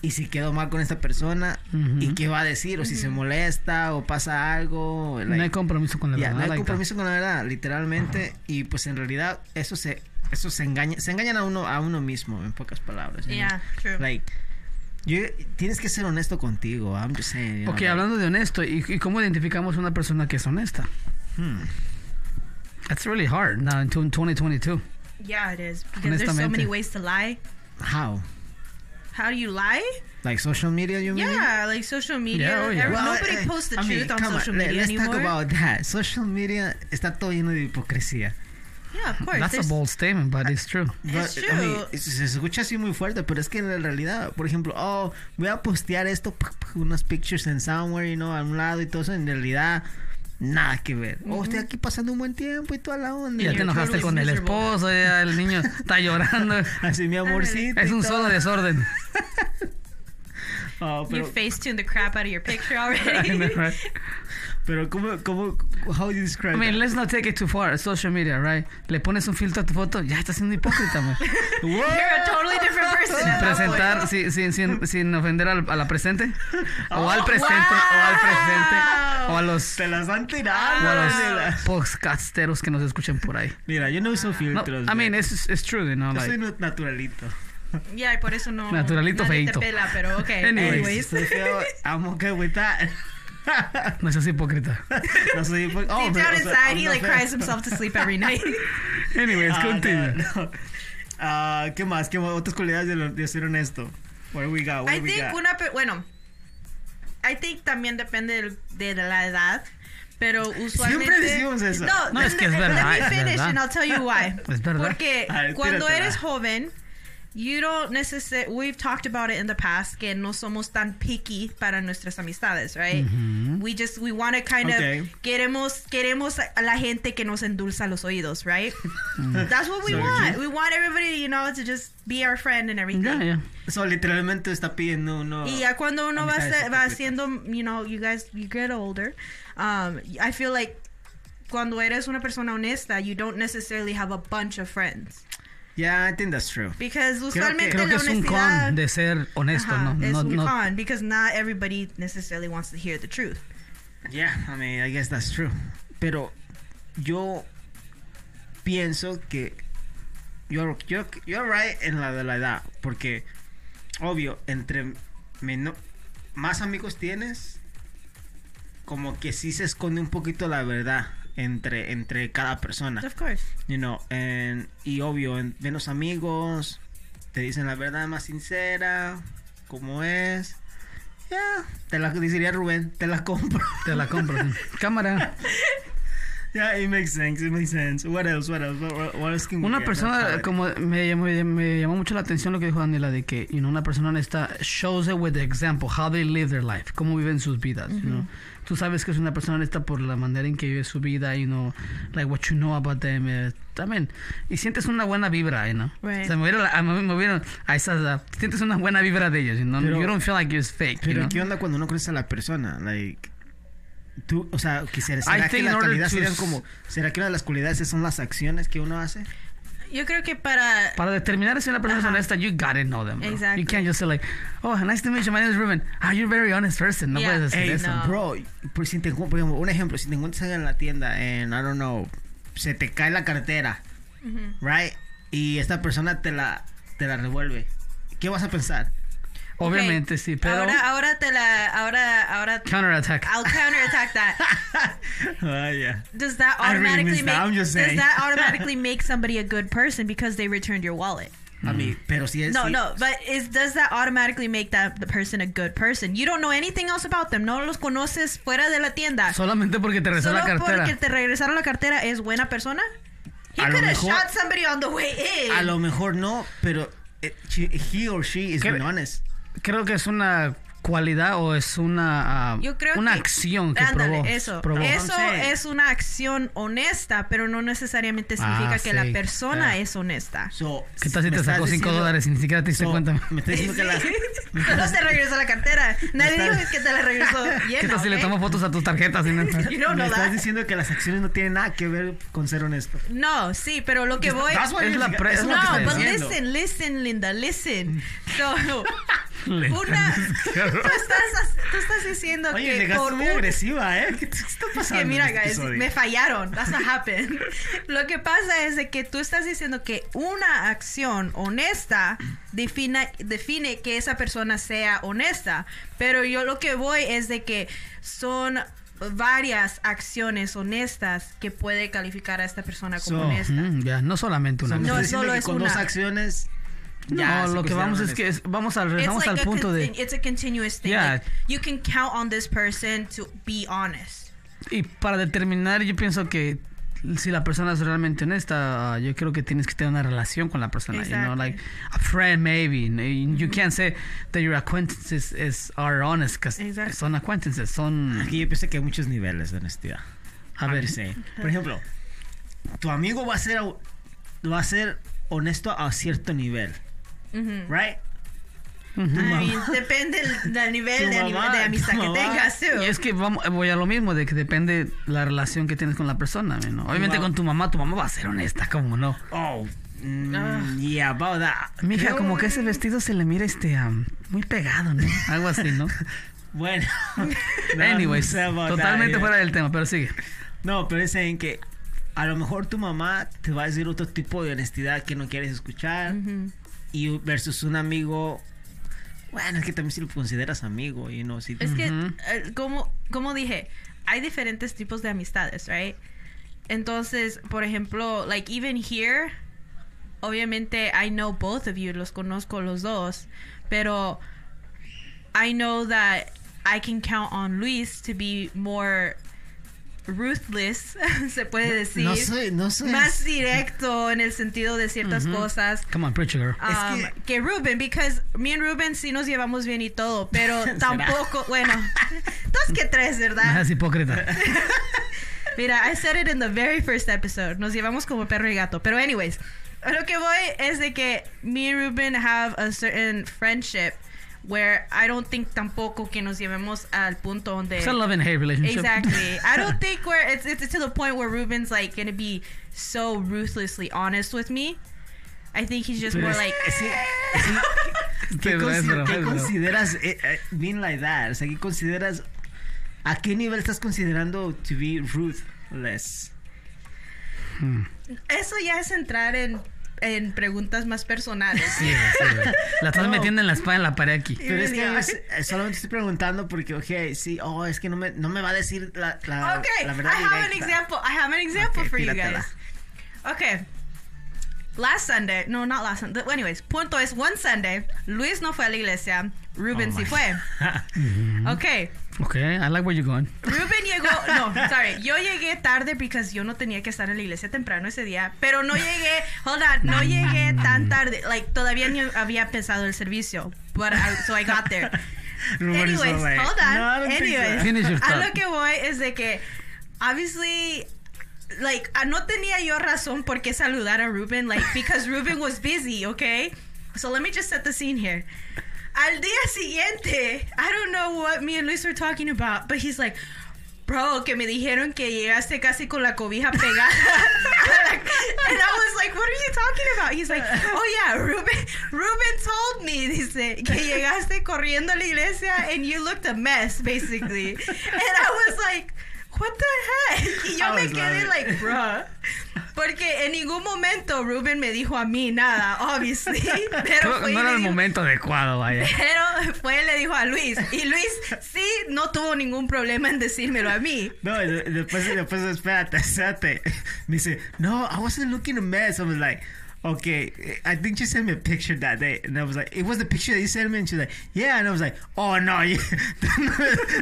Speaker 1: y si quedó mal con esta persona,
Speaker 3: Ujú.
Speaker 1: y qué va a decir, o si se molesta, o pasa algo, pues, like,
Speaker 3: no hay compromiso con la
Speaker 1: ya,
Speaker 3: verdad.
Speaker 1: no hay
Speaker 3: like that.
Speaker 1: compromiso con la verdad, literalmente. Y pues en realidad eso se, eso se engaña, se engañan a uno, a uno mismo, en pocas palabras. you know?
Speaker 2: Yeah, true.
Speaker 1: Like, you- tienes que ser honesto contigo. I'm just saying. you know,
Speaker 3: Ok,
Speaker 1: like,
Speaker 3: hablando de honesto, ¿y, y cómo identificamos a una persona que es honesta?
Speaker 1: hmm.
Speaker 3: That's really hard now in 2022.
Speaker 2: Yeah, it is. Because there's so
Speaker 3: Honestamente.
Speaker 2: many ways to lie.
Speaker 1: How?
Speaker 2: How do you lie?
Speaker 1: Like social media, you mean?
Speaker 2: Yeah, like social media.
Speaker 3: Yeah, oh, yeah.
Speaker 2: Every-
Speaker 1: Well,
Speaker 2: Nobody
Speaker 1: eh,
Speaker 2: posts the
Speaker 1: I mean,
Speaker 2: truth on
Speaker 1: come
Speaker 2: social
Speaker 1: let-
Speaker 2: media
Speaker 1: let's
Speaker 2: anymore.
Speaker 1: talk about that. Social media está todo lleno de hipocresía.
Speaker 2: yeah, of course.
Speaker 3: That's a
Speaker 2: there's-
Speaker 3: bold statement, but it's true.
Speaker 2: It's
Speaker 1: But, I mean,
Speaker 2: true.
Speaker 1: eh, es- se escucha así muy fuerte, pero es que en realidad, por ejemplo, oh, voy a postear esto, p- p- unas pictures en somewhere, you know, a un lado y todo eso, en realidad, nada que ver. Oh, estoy aquí pasando un buen tiempo y toda la onda.
Speaker 3: Ya
Speaker 1: Y
Speaker 3: te
Speaker 1: yo,
Speaker 3: enojaste
Speaker 2: totally
Speaker 3: con el
Speaker 2: miserable.
Speaker 3: esposo, ya el niño está llorando.
Speaker 1: Así mi amorcito.
Speaker 3: Es
Speaker 1: y
Speaker 3: un
Speaker 1: todo.
Speaker 3: solo desorden.
Speaker 1: Oh,
Speaker 2: You
Speaker 1: pero,
Speaker 2: face tuned the crap out of your picture
Speaker 3: I know,
Speaker 2: already.
Speaker 3: right?
Speaker 1: pero ¿cómo, cómo, how do you describe
Speaker 3: I mean,
Speaker 1: that?
Speaker 3: let's not take it too far. Social media, right? Le pones un filtro a tu foto, ya estás siendo hipócrita, man.
Speaker 1: What?
Speaker 2: You're a totally different person.
Speaker 3: Sin
Speaker 2: at that
Speaker 3: presentar,
Speaker 2: point.
Speaker 3: sin, sin, sin, sin ofender al- a la presente. O
Speaker 1: Oh,
Speaker 3: al presente, o al presente. O a los,
Speaker 1: Te las han
Speaker 3: o
Speaker 2: Ah.
Speaker 1: tirado.
Speaker 3: a
Speaker 1: nena.
Speaker 3: los podcasteros que nos escuchen por ahí.
Speaker 1: Mira, yo no
Speaker 2: Ah.
Speaker 1: uso
Speaker 3: No,
Speaker 1: filtros.
Speaker 3: I mean,
Speaker 1: güey.
Speaker 3: it's, it's true, you know,
Speaker 1: yo soy
Speaker 3: like...
Speaker 1: nat- naturalito.
Speaker 2: Yeah, y por eso no.
Speaker 3: Naturalito
Speaker 2: nadie
Speaker 3: feíto.
Speaker 2: te pela, pero okay.
Speaker 3: Anyways.
Speaker 2: Anyways.
Speaker 1: Soy feo, I'm okay with that.
Speaker 3: No seas hipócrita.
Speaker 1: No soy hipo- oh, pero,
Speaker 2: Deep down
Speaker 1: o sea,
Speaker 2: inside,
Speaker 1: I'm
Speaker 2: he
Speaker 1: not
Speaker 2: like
Speaker 1: feo.
Speaker 2: cries himself to sleep every night.
Speaker 3: Anyways,
Speaker 1: Ah,
Speaker 3: continue.
Speaker 1: no, no. Ah, ¿Qué más? ¿Qué más? Otras cualidades de, lo- de ser honesto. What do we got? What
Speaker 2: I
Speaker 1: do we
Speaker 2: think
Speaker 1: got?
Speaker 2: una. pe- Bueno. I think también depende del- de, de la edad. Pero usualmente.
Speaker 1: decimos eso.
Speaker 2: No,
Speaker 3: No, es que es
Speaker 2: let-
Speaker 3: verdad,
Speaker 2: Let
Speaker 3: es
Speaker 2: me finish
Speaker 3: verdad.
Speaker 2: and I'll tell you why.
Speaker 3: Es verdad.
Speaker 2: Porque
Speaker 1: A ver,
Speaker 2: cuando
Speaker 1: tíratela.
Speaker 2: eres joven, you don't necessarily. We've talked about it in the past que no somos tan picky para nuestras amistades, right? We just we want to kind
Speaker 1: Okay.
Speaker 2: of queremos queremos a la gente que nos endulza los oídos, right? That's what we
Speaker 1: Sorry.
Speaker 2: want. We want everybody, you know, to just be our friend and everything.
Speaker 3: Ya, ya.
Speaker 1: So, literalmente está pidiendo uno.
Speaker 2: Y ya cuando uno va,
Speaker 1: Amistades
Speaker 2: se- va
Speaker 1: hipócritas.
Speaker 2: haciendo, you know, you guys, you get older, um, I feel like cuando eres una persona honesta, you don't necessarily have a bunch of friends.
Speaker 1: Yeah, I think that's true.
Speaker 2: Because
Speaker 1: Creo que-
Speaker 2: usualmente
Speaker 3: Creo que
Speaker 2: la
Speaker 3: es un
Speaker 2: honestidad...
Speaker 3: con de ser honesto,
Speaker 2: Ajá,
Speaker 3: ¿no?
Speaker 2: es
Speaker 3: No,
Speaker 2: un
Speaker 3: no-
Speaker 2: con, because not everybody necessarily wants to hear the truth.
Speaker 1: Yeah, I mean, I guess that's true. Pero yo pienso que. You're, you're, you're right en la de la edad. Porque, obvio, entre meno- más amigos tienes, como que sí se esconde un poquito la verdad entre, entre cada persona.
Speaker 2: Of course.
Speaker 1: you know, en- y obvio, en, menos amigos, te dicen la verdad más sincera, como es. Ya, te la diría Rubén, te la compro.
Speaker 3: Te la compro. sí. Cámara.
Speaker 1: yeah, it makes sense, it makes sense. What else, what else, what, what- what else can we
Speaker 3: Una
Speaker 1: get?
Speaker 3: persona,
Speaker 1: That's
Speaker 3: como me llamó, me llamó mucho la atención lo que dijo Daniela, de que you know, una persona honesta shows it with the example, how they live their life, cómo viven sus vidas. you know. Tú sabes que es una persona honesta por la manera en que vive su vida, you know, like what you know about them. eh, también. Y sientes una buena vibra, you know.
Speaker 2: Right.
Speaker 3: O sea, me hubiera, la- a mí me hubiera- a esa edad, sientes una buena vibra de ellos, you know.
Speaker 1: Pero-
Speaker 3: you don't feel like it's fake, you
Speaker 1: Pero
Speaker 3: know.
Speaker 1: ¿qué onda cuando no conoces a la persona? Like, tú, o sea, quisiera, ¿será que
Speaker 3: think
Speaker 1: la
Speaker 3: in order
Speaker 1: cualidad
Speaker 3: to
Speaker 1: serían
Speaker 3: s-
Speaker 1: como, será que una de las cualidades son las acciones que uno hace?
Speaker 2: Yo creo que para...
Speaker 3: Para determinar si una persona es
Speaker 2: Ajá.
Speaker 3: honesta, you gotta know them. bro.
Speaker 2: Exactly.
Speaker 3: You can't just say like, oh, nice to meet you, my name is Ruben. Ah, you're a very honest person. No
Speaker 2: Yeah.
Speaker 3: puedes decir
Speaker 2: Ey,
Speaker 3: eso.
Speaker 2: no.
Speaker 1: Bro, por, si te, encu- por ejemplo, un ejemplo, si te encuentras alguien en la tienda, en, I don't know, se te cae la cartera, right? Y esta persona te la, te la revuelve. ¿Qué vas a pensar?
Speaker 3: Obviamente sí, pero
Speaker 2: Ahora, ahora te la. Ahora, ahora.
Speaker 3: counterattack.
Speaker 2: I'll counterattack that.
Speaker 1: Vaya.
Speaker 2: Does that
Speaker 1: I really
Speaker 2: automatically
Speaker 1: missed that, I'm
Speaker 2: make?
Speaker 1: just
Speaker 2: Does
Speaker 1: saying.
Speaker 2: that automatically make somebody a good person because they returned your wallet?
Speaker 1: A
Speaker 3: Mm.
Speaker 1: mí, pero sí es.
Speaker 2: No,
Speaker 1: sí-
Speaker 2: no, but is does that automatically make that the person a good person? You don't know anything else about them. No los conoces fuera de la tienda.
Speaker 3: Solamente porque te rezó
Speaker 2: Solo
Speaker 3: la cartera.
Speaker 2: porque te regresaron la cartera es buena persona. He
Speaker 1: A lo
Speaker 2: could have
Speaker 1: mejor-
Speaker 2: shot somebody on the way in.
Speaker 1: A lo mejor no, pero eh, she- he or she is
Speaker 3: ¿Qué?
Speaker 1: being honest.
Speaker 3: Creo que es una cualidad o es una ah,
Speaker 2: Yo creo
Speaker 3: una
Speaker 2: que-
Speaker 3: acción que
Speaker 2: Ándale,
Speaker 3: probó.
Speaker 2: eso. Eh,
Speaker 3: probó.
Speaker 2: Eso
Speaker 1: Entonces-
Speaker 2: es una acción honesta, pero no necesariamente significa
Speaker 3: Ah,
Speaker 2: que
Speaker 3: sí,
Speaker 2: la persona
Speaker 3: claro.
Speaker 2: es honesta.
Speaker 1: So,
Speaker 3: ¿Qué tal si
Speaker 1: me
Speaker 3: te
Speaker 1: estás
Speaker 3: sacó 5
Speaker 1: diciendo-
Speaker 3: dólares y ni siquiera te diste
Speaker 2: Oh,
Speaker 1: so,
Speaker 3: cuenta?
Speaker 1: Me estás diciendo que la. me estás-
Speaker 2: No te regresó la cartera. Nadie
Speaker 1: Está-
Speaker 2: dijo que te la regresó. Llena,
Speaker 3: ¿Qué tal si le
Speaker 2: ¿ok?
Speaker 3: tomo fotos a tus tarjetas? y no-
Speaker 2: You don't
Speaker 1: me
Speaker 2: know
Speaker 1: estás
Speaker 2: that.
Speaker 1: diciendo que las acciones no tienen nada que ver con ser honesto.
Speaker 2: No, sí, pero lo que voy.
Speaker 1: That's what
Speaker 3: Es
Speaker 1: you're-
Speaker 3: la pre-
Speaker 1: eso es
Speaker 3: es lo que
Speaker 2: No,
Speaker 3: está
Speaker 2: but
Speaker 1: estoy diciendo.
Speaker 2: listen, listen, Linda, listen. So,
Speaker 3: Lenta,
Speaker 2: una. Tú estás, tú estás diciendo
Speaker 1: Oye,
Speaker 2: que
Speaker 1: llegaste
Speaker 2: por
Speaker 1: muy
Speaker 2: un-
Speaker 1: agresiva, ¿eh? ¿Qué qué está pasando?
Speaker 2: que mira,
Speaker 1: en este
Speaker 2: guys,
Speaker 1: episodio?
Speaker 2: me fallaron. That's not happen. Lo que pasa es de que tú estás diciendo que una acción honesta defina- define que esa persona sea honesta. Pero yo lo que voy es de que son varias acciones honestas que puede calificar a esta persona como
Speaker 1: So, hmm.
Speaker 2: honesta.
Speaker 3: Mm, ya, no solamente
Speaker 1: O sea,
Speaker 3: una.
Speaker 1: me
Speaker 2: No,
Speaker 1: estás
Speaker 2: es
Speaker 1: diciendo
Speaker 2: solo
Speaker 1: que
Speaker 2: es
Speaker 1: con
Speaker 2: una.
Speaker 1: dos acciones.
Speaker 3: No,
Speaker 1: ya se
Speaker 3: lo que
Speaker 1: consideran
Speaker 3: vamos es que
Speaker 1: honestos.
Speaker 3: es- vamos al
Speaker 2: It's
Speaker 3: regresamos
Speaker 2: like
Speaker 3: al
Speaker 2: a
Speaker 3: punto de
Speaker 2: contin- it's a continuous thing.
Speaker 3: Yeah.
Speaker 2: Like, you can count on this person to be honest.
Speaker 3: Y para determinar, yo pienso que si la persona es realmente honesta, uh, yo creo que tienes que tener una relación con la persona, you know,
Speaker 2: Exactly.
Speaker 3: like a friend maybe. And You can't say that your acquaintances is, are honest, 'cause
Speaker 2: Exactly.
Speaker 3: son acquaintances, son...
Speaker 1: Aquí yo pienso que hay muchos niveles de honestidad.
Speaker 3: A ver,
Speaker 1: sí. Por ejemplo, tu amigo va a ser au- va a ser honesto a cierto nivel,
Speaker 3: Mm-hmm.
Speaker 2: Ujú.
Speaker 1: right?
Speaker 2: Mm-hmm. I
Speaker 3: Ujú.
Speaker 2: mean, depende del, del nivel
Speaker 1: Tu
Speaker 2: de, ani-
Speaker 1: mamá,
Speaker 2: de amistad
Speaker 1: tu
Speaker 2: que
Speaker 1: mamá.
Speaker 2: tengas. too.
Speaker 3: Y es que vamos, voy a lo mismo, de que depende la relación que tienes con la persona, ¿no? Obviamente
Speaker 1: Wow.
Speaker 3: con tu mamá, tu mamá va a ser honesta, ¿cómo no?
Speaker 1: Oh, mm,
Speaker 2: Ah.
Speaker 1: yeah, about that.
Speaker 3: Mija,
Speaker 1: Creo-
Speaker 3: como que ese vestido se le mira este um, muy pegado, ¿no? Algo así, ¿no?
Speaker 1: Bueno. no,
Speaker 3: Anyways,
Speaker 1: no sé about that,
Speaker 3: totalmente
Speaker 1: yeah.
Speaker 3: fuera del tema, pero sigue.
Speaker 1: No, pero es en que a lo mejor tu mamá te va a decir otro tipo de honestidad que no quieres escuchar
Speaker 2: Ujú.
Speaker 1: y versus un amigo. Bueno, es que también si lo consideras amigo y no si
Speaker 2: Es que,
Speaker 3: Ujú.
Speaker 2: eh, como, como dije, hay diferentes tipos de amistades, right? Entonces, por ejemplo, like even here, obviamente I know both of you, los conozco los dos, pero I know that I can count on Luis to be more ruthless, se puede decir.
Speaker 1: no soy, no soy.
Speaker 2: más directo en el sentido de ciertas cosas
Speaker 3: Come on, preacher girl.
Speaker 2: um,
Speaker 1: Es
Speaker 2: que, Ruben, because me and Ruben sí nos llevamos bien y todo, pero
Speaker 1: ¿Será?
Speaker 2: tampoco, bueno, dos que tres,
Speaker 3: No
Speaker 2: ¿verdad?
Speaker 3: es hipócrita.
Speaker 2: Mira, I said it in the very first episode, nos llevamos como perro y gato, pero anyways, a lo que voy es de que me and Ruben have a certain friendship where I don't think tampoco que nos llevemos al punto donde...
Speaker 3: It's a love and hate relationship.
Speaker 2: Exactly. I don't think where it's, it's to the point where Ruben's like gonna be so ruthlessly honest with me. I think he's just
Speaker 1: Pero
Speaker 2: more
Speaker 1: es-
Speaker 2: like
Speaker 1: es que- es que- ¿Qué,
Speaker 3: Pero
Speaker 1: consi-
Speaker 3: Este es broma,
Speaker 1: qué
Speaker 3: es broma.
Speaker 1: consideras eh, eh, being like that? O sea, ¿qué consideras? ¿A qué nivel estás considerando to be ruthless?
Speaker 2: eso ya es entrar en, en preguntas más personales.
Speaker 3: Sí, sí, güey. La estás
Speaker 1: No.
Speaker 3: metiendo en la espada en la pared aquí.
Speaker 1: Pero es que
Speaker 2: really
Speaker 1: yo es- eh, solamente estoy preguntando porque, ok, sí, oh, es que no me, no me va a decir la, la,
Speaker 2: okay,
Speaker 1: la
Speaker 2: I
Speaker 1: verdad
Speaker 2: have an
Speaker 1: directa.
Speaker 2: example. I have an example
Speaker 1: Okay,
Speaker 2: for you
Speaker 1: tíratela.
Speaker 2: guys. Okay. Last Sunday, no, not last Sunday. Anyways, punto es one Sunday, Luis no fue a la iglesia, Ruben
Speaker 1: Oh
Speaker 2: sí
Speaker 1: my- Mm-hmm.
Speaker 2: fue. Okay.
Speaker 3: Ok, I like where you're going.
Speaker 2: Ruben llegó, no, sorry, yo llegué tarde because yo no tenía que estar en la iglesia temprano ese día, pero no llegué, hold on, no llegué tan tarde, like todavía ni había empezado el servicio, but I- so I got there.
Speaker 1: Ruben is
Speaker 2: Anyways,
Speaker 1: like,
Speaker 2: hold
Speaker 1: "No, I
Speaker 2: on,
Speaker 1: don't think so."
Speaker 2: anyways,
Speaker 3: Finish your
Speaker 2: a
Speaker 3: thought.
Speaker 2: lo que voy es de que, obviously, like, ah, no tenía yo razón por qué saludar a Ruben, like, because Ruben was busy, okay? So let me just set the scene here. Al día siguiente, I don't know what me and Luis were talking about, but he's like, bro, que me dijeron que llegaste casi con la cobija pegada. and I was like, what are you talking about? He's like, oh yeah, Ruben, Ruben told me, dice, que llegaste corriendo a la iglesia and you looked a mess, basically. And I was like, what the heck? Y yo
Speaker 1: I
Speaker 2: me
Speaker 1: was laughing.
Speaker 2: quedé like, bruh. Porque en ningún momento Ruben me dijo a mí nada, obviously. Pero
Speaker 3: no
Speaker 2: fue y
Speaker 3: era
Speaker 2: le
Speaker 3: el
Speaker 2: dijo-
Speaker 3: momento adecuado, vaya.
Speaker 2: Pero fue y le dijo a Luis. Y Luis sí no tuvo ningún problema en decírmelo a mí.
Speaker 1: No, y de- después, después, espérate, espérate. Me dice, no, I wasn't looking a mess. I was like, okay, eh, I think she sent me a picture that day. And I was like, it was the picture that you sent me? And she's like, yeah. And I was like, oh, no, you,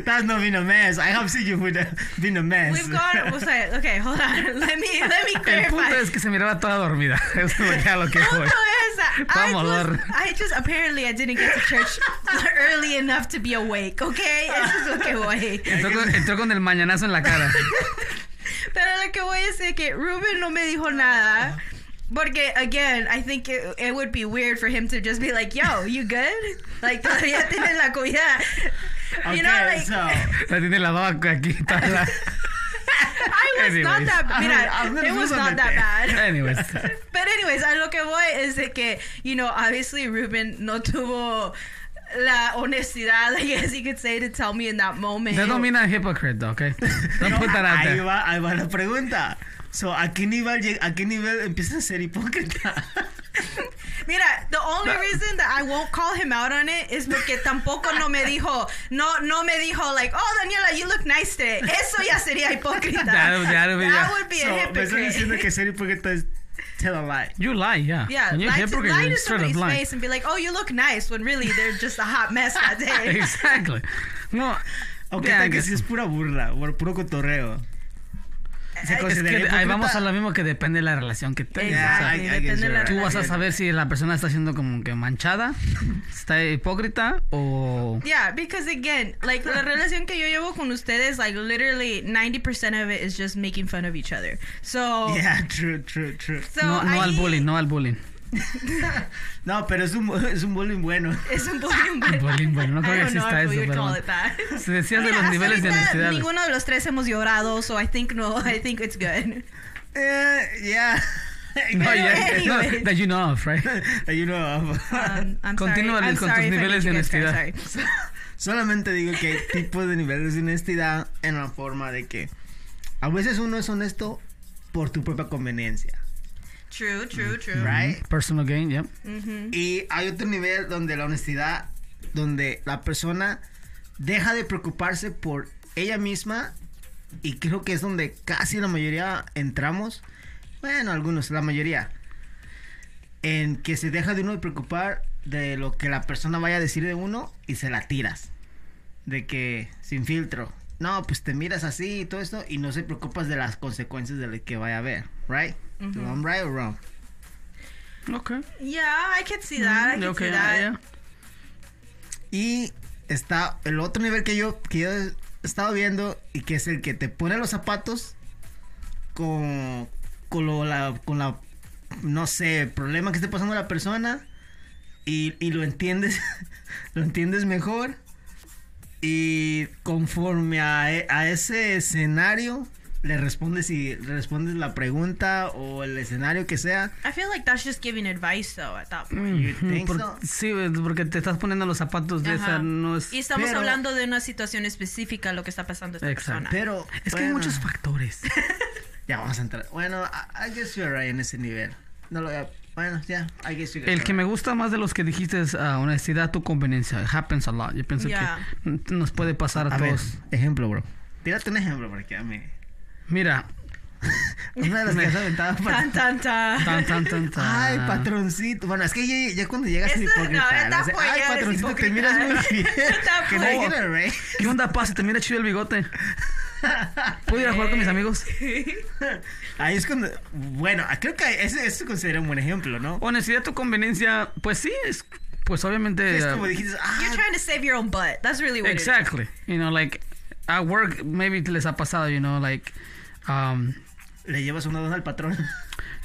Speaker 1: that's not been a mess. I have seen you with a, been a mess.
Speaker 2: We've got, was like, okay, hold on. Let me, let me
Speaker 3: El punto
Speaker 2: clarify.
Speaker 3: es que se miraba toda dormida. Eso es lo que- a lo que
Speaker 2: Punto
Speaker 3: voy.
Speaker 2: es, I,
Speaker 3: Vamos,
Speaker 2: was,
Speaker 3: Lord.
Speaker 2: I just apparently I didn't get to church early enough to be awake, okay? Eso es lo que voy.
Speaker 3: Entró con, entró con el mañanazo en la cara.
Speaker 2: Pero lo que voy es de que Ruben no me dijo nada. Porque, again, I think it, it would be weird for him to just be like, yo, you good? Like, todavía tienes la comida.
Speaker 1: okay,
Speaker 2: You know, like,
Speaker 1: so,
Speaker 3: La tiene la baba aquí. toda la-
Speaker 2: I was not
Speaker 3: Anyways.
Speaker 2: that
Speaker 1: I mean,
Speaker 2: bad.
Speaker 1: I
Speaker 2: It
Speaker 1: mean,
Speaker 2: was
Speaker 1: it
Speaker 2: not
Speaker 1: wasn't
Speaker 2: that
Speaker 1: that
Speaker 2: bad.
Speaker 3: Anyways.
Speaker 2: But anyways, a lo que voy es de que, you know, obviously Ruben no tuvo la honestidad, I guess you could say, to tell me in that moment.
Speaker 3: That don't mean I'm a hypocrite, though, okay? Don't put that out
Speaker 1: ahí
Speaker 3: there.
Speaker 1: va, ahí va la pregunta. So, ¿a qué nivel, lleg- a qué nivel empiezas a ser hipócrita?
Speaker 2: Mira, the only reason that I won't call him out on it is porque tampoco no me dijo, no, no me dijo like, oh Daniela, you look nice today. Eso ya sería hipócrita.
Speaker 3: That would- that would be- yeah.
Speaker 2: would be
Speaker 1: so,
Speaker 2: a
Speaker 1: me estás diciendo
Speaker 2: hypocrite.
Speaker 1: que ser hipócrita es tell a lie.
Speaker 3: You lie, yeah.
Speaker 2: Yeah,
Speaker 3: When you're
Speaker 2: lie to,
Speaker 3: hypocrite,
Speaker 2: lie
Speaker 3: you're
Speaker 2: to
Speaker 3: straight up
Speaker 2: somebody's
Speaker 3: lying.
Speaker 2: face and be like, oh, you look nice, when really they're just a hot mess that day.
Speaker 3: Exactly. No.
Speaker 1: Aunque
Speaker 3: yeah, I
Speaker 1: tal que
Speaker 3: guess.
Speaker 1: si es pura burla, o puro cotorreo. Se
Speaker 3: Es
Speaker 1: considera
Speaker 3: que ahí
Speaker 1: hipócrita.
Speaker 3: vamos a lo mismo que depende de la relación que tengas.
Speaker 1: Yeah,
Speaker 3: o sea,
Speaker 1: I- I
Speaker 2: Exactly,
Speaker 1: guess
Speaker 2: depende de
Speaker 1: you're
Speaker 2: la
Speaker 1: right.
Speaker 3: Tú vas a
Speaker 2: relación.
Speaker 3: saber si la persona está siendo como que manchada, está hipócrita o...
Speaker 2: Yeah, because again, like la relación que yo llevo con ustedes, like literally 90% of it is just making fun of each other. So,
Speaker 1: Yeah, true, true, true.
Speaker 2: so
Speaker 3: no no al
Speaker 2: ahí-
Speaker 3: bullying, no al bullying.
Speaker 1: No, pero es un, es un bullying bueno.
Speaker 2: Es un bullying. but-
Speaker 3: Bullying, bueno, no creo
Speaker 2: I
Speaker 3: que
Speaker 2: don't know
Speaker 3: exista
Speaker 2: if we
Speaker 3: eso,
Speaker 2: would
Speaker 3: pero
Speaker 2: call
Speaker 3: bueno.
Speaker 2: it that.
Speaker 3: Se decían de
Speaker 2: Mira,
Speaker 3: los
Speaker 2: hasta
Speaker 3: niveles de
Speaker 2: ahorita
Speaker 3: honestidad.
Speaker 2: Ninguno de los tres hemos llorado, so I think no, I think it's good.
Speaker 1: Eh, yeah.
Speaker 3: No,
Speaker 2: Pero
Speaker 3: yeah, no,
Speaker 2: anyways.
Speaker 3: that you know of, right?
Speaker 1: You know of.
Speaker 2: Um, I'm
Speaker 3: Continúa,
Speaker 2: sorry.
Speaker 3: Liz,
Speaker 2: I'm sorry
Speaker 3: con tus
Speaker 2: if I made
Speaker 3: niveles de
Speaker 2: you guys cry,
Speaker 3: honestidad.
Speaker 2: sorry.
Speaker 1: Solamente digo que hay tipos de niveles de honestidad en la forma de que a veces uno es honesto por tu propia conveniencia,
Speaker 2: True, true, true.
Speaker 1: right?
Speaker 3: Mm-hmm. Personal gain, yeah.
Speaker 2: Mhm.
Speaker 1: Y hay otro nivel donde la honestidad, donde la persona deja de preocuparse por ella misma y creo que es donde casi la mayoría entramos, bueno, algunos, la mayoría, en que se deja de uno de preocupar de lo que la persona vaya a decir de uno y se la tiras, de que sin filtro. No, pues te miras así y todo esto y no se preocupas de las consecuencias de lo que vaya a haber, right? I'm right or wrong?
Speaker 3: Okay.
Speaker 2: Yeah, I can see that. I can
Speaker 3: Mm-hmm. okay,
Speaker 2: see that.
Speaker 3: Mm-hmm. yeah.
Speaker 1: Y está el otro nivel que yo, que yo he estado viendo y que es el que te pone los zapatos con, con, lo- la, con la, no sé, problema que esté pasando la persona y, y lo entiendes, lo entiendes mejor. Y conforme a, e- a ese escenario, le respondes y le respondes la pregunta o el escenario que sea.
Speaker 2: I feel like that's just giving advice though at that point.
Speaker 1: You think
Speaker 3: Mm, Mm-hmm. Por-
Speaker 1: so?
Speaker 3: Sí, porque te estás poniendo los zapatos Mm, de
Speaker 2: Ajá.
Speaker 3: esa, no es...
Speaker 2: Y estamos
Speaker 1: Pero-
Speaker 2: hablando de una situación específica, lo que está pasando a esta persona.
Speaker 3: Exacto.
Speaker 1: Pero
Speaker 3: Es que hay
Speaker 1: bueno.
Speaker 3: muchos factores.
Speaker 1: Ya vamos a entrar. Bueno, I, I guess you're right en ese nivel. No lo había- Bueno, ya, I guess you're
Speaker 3: El que me gusta más de los que dijiste es ah, honestidad, tu conveniencia. It happens a lot. Yo pienso
Speaker 2: Yeah.
Speaker 3: que n- nos puede pasar a,
Speaker 1: A ver,
Speaker 3: todos.
Speaker 1: ejemplo, bro. Tírate un ejemplo porque a mí.
Speaker 3: Mira,
Speaker 1: Una de las que has aventado para.
Speaker 2: Tan, tan, tan.
Speaker 3: tan, tan, tan, tan.
Speaker 1: Ay, patroncito. Bueno, es que ya, ya cuando llegas
Speaker 2: Eso-
Speaker 1: es hipócrita.
Speaker 2: no, at that
Speaker 1: O sea,
Speaker 2: point
Speaker 1: Ay,
Speaker 2: ya eres
Speaker 1: patroncito, te
Speaker 2: hipócrita.
Speaker 1: miras muy bien.
Speaker 2: that
Speaker 1: Can I
Speaker 2: point.
Speaker 1: get a raise?
Speaker 3: ¿Qué onda, pa? Se te mira chido el bigote. ¿Puedo ir a jugar con mis amigos?
Speaker 1: Ahí es cuando. Bueno, creo que ese, ese se considera un buen ejemplo, ¿no?
Speaker 3: Honestidad, tu conveniencia, pues sí, es, pues obviamente...
Speaker 1: Es
Speaker 3: ah,
Speaker 1: como dijiste.
Speaker 2: You're
Speaker 1: Ah,
Speaker 2: trying to save your own butt. That's really what it is.
Speaker 3: Exactly. You know, like, at work, maybe les ha pasado, you know, like, um,
Speaker 1: le llevas una dona al patrón.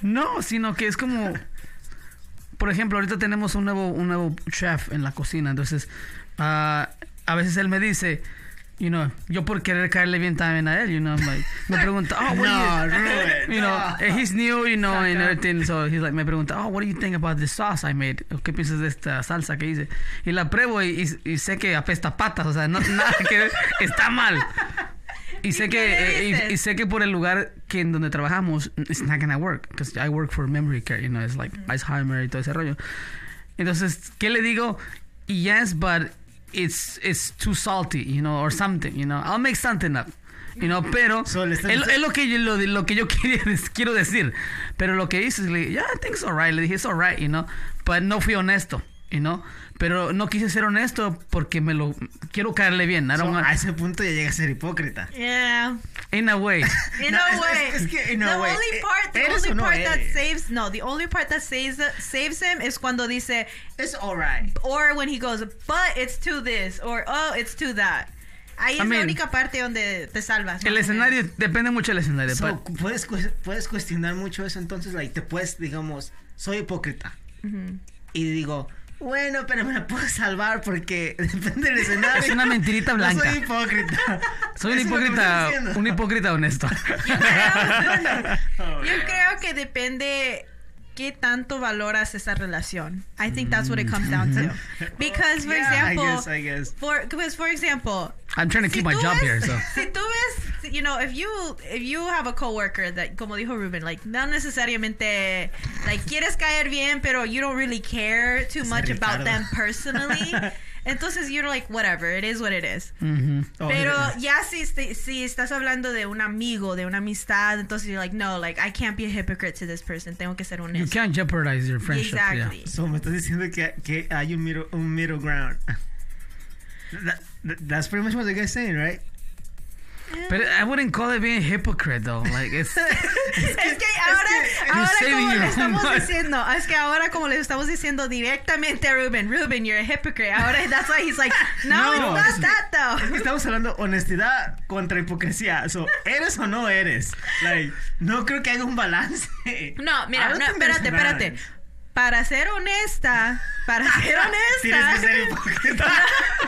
Speaker 3: No, sino que es como. Por ejemplo, ahorita tenemos un nuevo, un nuevo chef en la cocina. Entonces, ah, a veces él me dice, you know, yo por querer caerle bien también a él, you know, I'm like, me pregunta, oh, what
Speaker 1: No,
Speaker 3: do you.
Speaker 1: Rubén.
Speaker 3: You know,
Speaker 1: no.
Speaker 3: eh, he's new, you know, and
Speaker 2: Exacto.
Speaker 3: everything. So he's like, me pregunta, oh, what do you think about this sauce I made? ¿Qué piensas de esta salsa que hice? Y la pruebo y, y- y sé que apesta a patas, o sea, no, nada que ver, está mal. Y sé
Speaker 2: ¿Y
Speaker 3: que
Speaker 2: qué
Speaker 3: eh,
Speaker 2: dices?
Speaker 3: y, y sé que por el lugar que en donde trabajamos it's not gonna work because I work for memory care, you know, it's like
Speaker 1: Mm.
Speaker 3: Alzheimer y todo ese rollo. Entonces, ¿qué le digo? Yes, but it's it's too salty, you know, or something, you know. I'll make something up. You know, pero
Speaker 1: So, le
Speaker 3: es,
Speaker 1: estás-
Speaker 3: es lo que yo, lo, lo que yo quería, quiero decir. Pero lo que hice, le dije, yeah, I think it's alright. Le dije, it's alright, you know. But no fui honesto, you know. Pero no quise ser honesto porque me lo quiero caerle bien. I don't
Speaker 1: So,
Speaker 3: want-
Speaker 1: a ese punto ya llega a ser hipócrita.
Speaker 2: Yeah.
Speaker 3: in a way.
Speaker 2: In
Speaker 1: No,
Speaker 2: a
Speaker 1: es-
Speaker 2: way.
Speaker 1: es- es que in a
Speaker 2: the
Speaker 1: way,
Speaker 2: only
Speaker 1: eh,
Speaker 2: part, the
Speaker 1: eres
Speaker 2: only
Speaker 1: o no
Speaker 2: part that
Speaker 1: eres.
Speaker 2: saves, no, the only part that saves saves him is cuando dice,
Speaker 1: It's alright.
Speaker 2: or when he goes, but it's to this, or oh, it's to that. Ahí
Speaker 3: I
Speaker 2: es
Speaker 3: mean,
Speaker 2: la única parte donde te salvas. más o
Speaker 3: El
Speaker 2: menos.
Speaker 3: escenario, depende mucho del escenario.
Speaker 1: Ah, So,
Speaker 3: but-
Speaker 1: cu- puedes, cues- puedes cuestionar mucho eso, entonces like, te puedes, digamos, soy hipócrita. Y digo, bueno, pero me la puedo salvar porque depende del escenario.
Speaker 3: Es una mentirita
Speaker 1: No
Speaker 3: blanca.
Speaker 1: soy hipócrita.
Speaker 3: soy
Speaker 1: Eso es lo que
Speaker 3: un
Speaker 1: me
Speaker 3: hipócrita,
Speaker 1: estás diciendo.
Speaker 3: un hipócrita honesto.
Speaker 2: Yo creo que depende qué tanto valoras esa relación. I think that's what it comes down to. Because, for
Speaker 1: Mm-hmm. Yeah, I
Speaker 2: example,
Speaker 1: guess, I guess.
Speaker 2: for because for example,
Speaker 3: I'm trying to keep my
Speaker 2: tú
Speaker 3: job
Speaker 2: ves-
Speaker 3: here, so.
Speaker 2: Si tú ves, you know, if you if you have a coworker that como dijo Ruben, like no necesariamente like quieres caer bien, pero you don't really care too
Speaker 1: Ese
Speaker 2: much about
Speaker 1: Ricardo.
Speaker 2: them personally. Entonces you're like whatever, it is what it is.
Speaker 3: Ujú.
Speaker 1: Oh,
Speaker 2: Pero
Speaker 1: yeah.
Speaker 2: ya si, este- si estás hablando de un amigo, de una amistad, entonces you're like, no, like I can't be a hypocrite to this person. Tengo que ser
Speaker 3: You
Speaker 2: honesto.
Speaker 3: can't jeopardize your friendship. yeah.
Speaker 2: Exactly.
Speaker 1: So, me estás diciendo que, que hay un middle, un middle ground. That- that- that's pretty much what the guy's saying, right?
Speaker 3: But I wouldn't call it being hypocrite, though. Like, it's,
Speaker 2: Es que ahora, ahora
Speaker 3: que- You're
Speaker 2: como
Speaker 3: saving
Speaker 2: le
Speaker 3: your
Speaker 2: estamos
Speaker 3: own life.
Speaker 2: diciendo, ah, es que ahora como le estamos diciendo directamente a Ruben, Ruben, you're a hypocrite. Ahora that's why he's like, no,
Speaker 1: No,
Speaker 2: it's
Speaker 1: es-
Speaker 2: not that
Speaker 1: Es que
Speaker 2: though.
Speaker 1: Estamos hablando honestidad contra hipocresía. So, ¿Eres o no eres? Like, no creo que haya un balance.
Speaker 2: No, mira,
Speaker 1: Algo
Speaker 2: no, espérate,
Speaker 1: personal.
Speaker 2: espérate. Para ser honesta, para ser
Speaker 1: Tienes que ser
Speaker 2: honesta.
Speaker 1: hipócrita.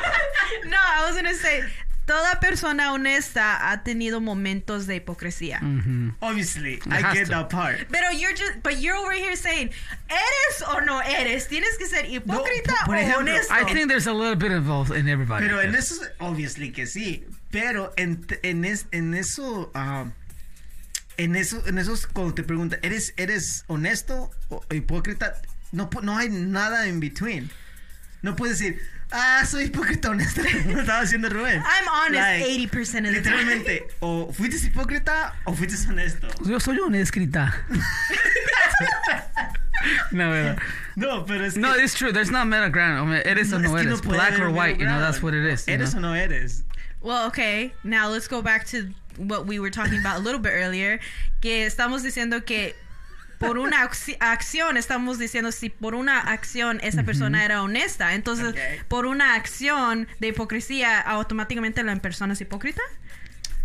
Speaker 2: No, I was gonna say, toda persona honesta ha tenido momentos de hipocresía.
Speaker 1: Mm.
Speaker 3: ujú.
Speaker 1: Obviously,
Speaker 3: It
Speaker 1: I
Speaker 3: has
Speaker 1: get
Speaker 3: to.
Speaker 1: that part.
Speaker 2: Pero you're just, but you're over here saying, eres o no eres, tienes que ser hipócrita
Speaker 1: por
Speaker 2: o
Speaker 1: ejemplo,
Speaker 2: honesto.
Speaker 3: I think there's a little bit involved in everybody.
Speaker 1: Pero en
Speaker 3: yes.
Speaker 1: eso, obviously que sí. Pero en, en, es- en eso, ah, en eso, en esos, cuando te preguntan, ¿eres, eres honesto o hipócrita? No, pu- no hay nada en between. No puedes decir, ah, soy hipócrita honesta, como estaba haciendo Rubén.
Speaker 2: I'm honest
Speaker 1: Like,
Speaker 2: 80% of the time.
Speaker 1: Literalmente, o fuiste hipócrita o fuiste honesto.
Speaker 3: Yo soy una escrita. no, verdad.
Speaker 1: No, pero es que,
Speaker 3: No, it's true. There's not middle ground. I mean, eres o
Speaker 1: es
Speaker 3: no
Speaker 1: que
Speaker 3: eres.
Speaker 1: puede
Speaker 3: Black
Speaker 1: haber
Speaker 3: or
Speaker 1: un
Speaker 3: white,
Speaker 1: middle
Speaker 3: you know, that's what
Speaker 1: ground.
Speaker 3: it is. you
Speaker 1: Eres
Speaker 3: know?
Speaker 1: o no eres.
Speaker 2: Well, okay. Now let's go back to what we were talking about a little bit earlier. Que estamos diciendo que por una acci- acción, estamos diciendo si por una acción esa persona era honesta. Entonces,
Speaker 1: Ok.
Speaker 2: por una acción de hipocresía, automáticamente la persona es hipócrita.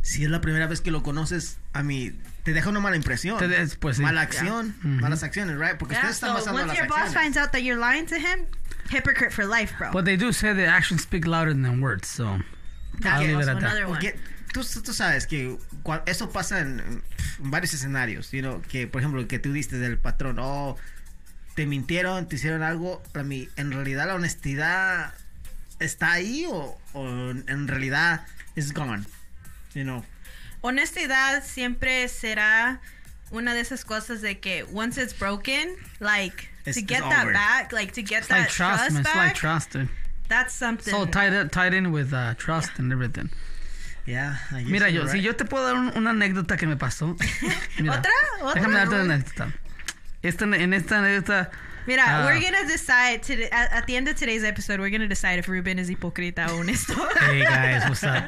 Speaker 1: si es la primera vez que lo conoces, a mí te deja una mala impresión.
Speaker 3: Te des- pues, sí.
Speaker 1: Mala acción,
Speaker 3: Ujú.
Speaker 1: malas acciones, right? Porque ustedes están
Speaker 2: so
Speaker 1: basando
Speaker 2: once
Speaker 1: las
Speaker 2: your boss
Speaker 1: acciones.
Speaker 2: finds out that you're lying to him, hypocrite for life, bro.
Speaker 3: But they do say that actions speak louder than words, so I'll
Speaker 1: Okay.
Speaker 3: leave it
Speaker 2: Also
Speaker 3: at that.
Speaker 2: another one.
Speaker 1: Porque tú, tú sabes que cua- eso pasa en, en varios escenarios, you know, que por ejemplo el que tú diste del patrón, oh, te mintieron, te hicieron algo, a mí, en realidad la honestidad está ahí o, o en realidad es gone, you know.
Speaker 2: honestidad siempre será una de esas cosas de que once it's broken, like
Speaker 1: It's-
Speaker 2: to
Speaker 1: it's
Speaker 2: get that
Speaker 1: over.
Speaker 2: back, like to get
Speaker 3: it's
Speaker 2: that
Speaker 3: like trust,
Speaker 2: trust,
Speaker 3: man. It's
Speaker 2: back,
Speaker 3: like trust. Dude.
Speaker 2: that's something.
Speaker 3: So tied up, tied in with uh, trust and everything.
Speaker 1: Yeah, I guess
Speaker 3: Mira,
Speaker 1: you're
Speaker 3: yo, si
Speaker 1: right.
Speaker 3: yo te puedo dar un- una anécdota que me pasó. Mira,
Speaker 2: ¿Otra? ¿Otra?
Speaker 3: Déjame darte una anécdota. Esta, en esta anécdota.
Speaker 2: Mira,
Speaker 3: ah,
Speaker 2: we're gonna decide today, at, at the end of today's episode. We're gonna decide if Ruben is hipócrita o honesto.
Speaker 3: Hey guys, what's up?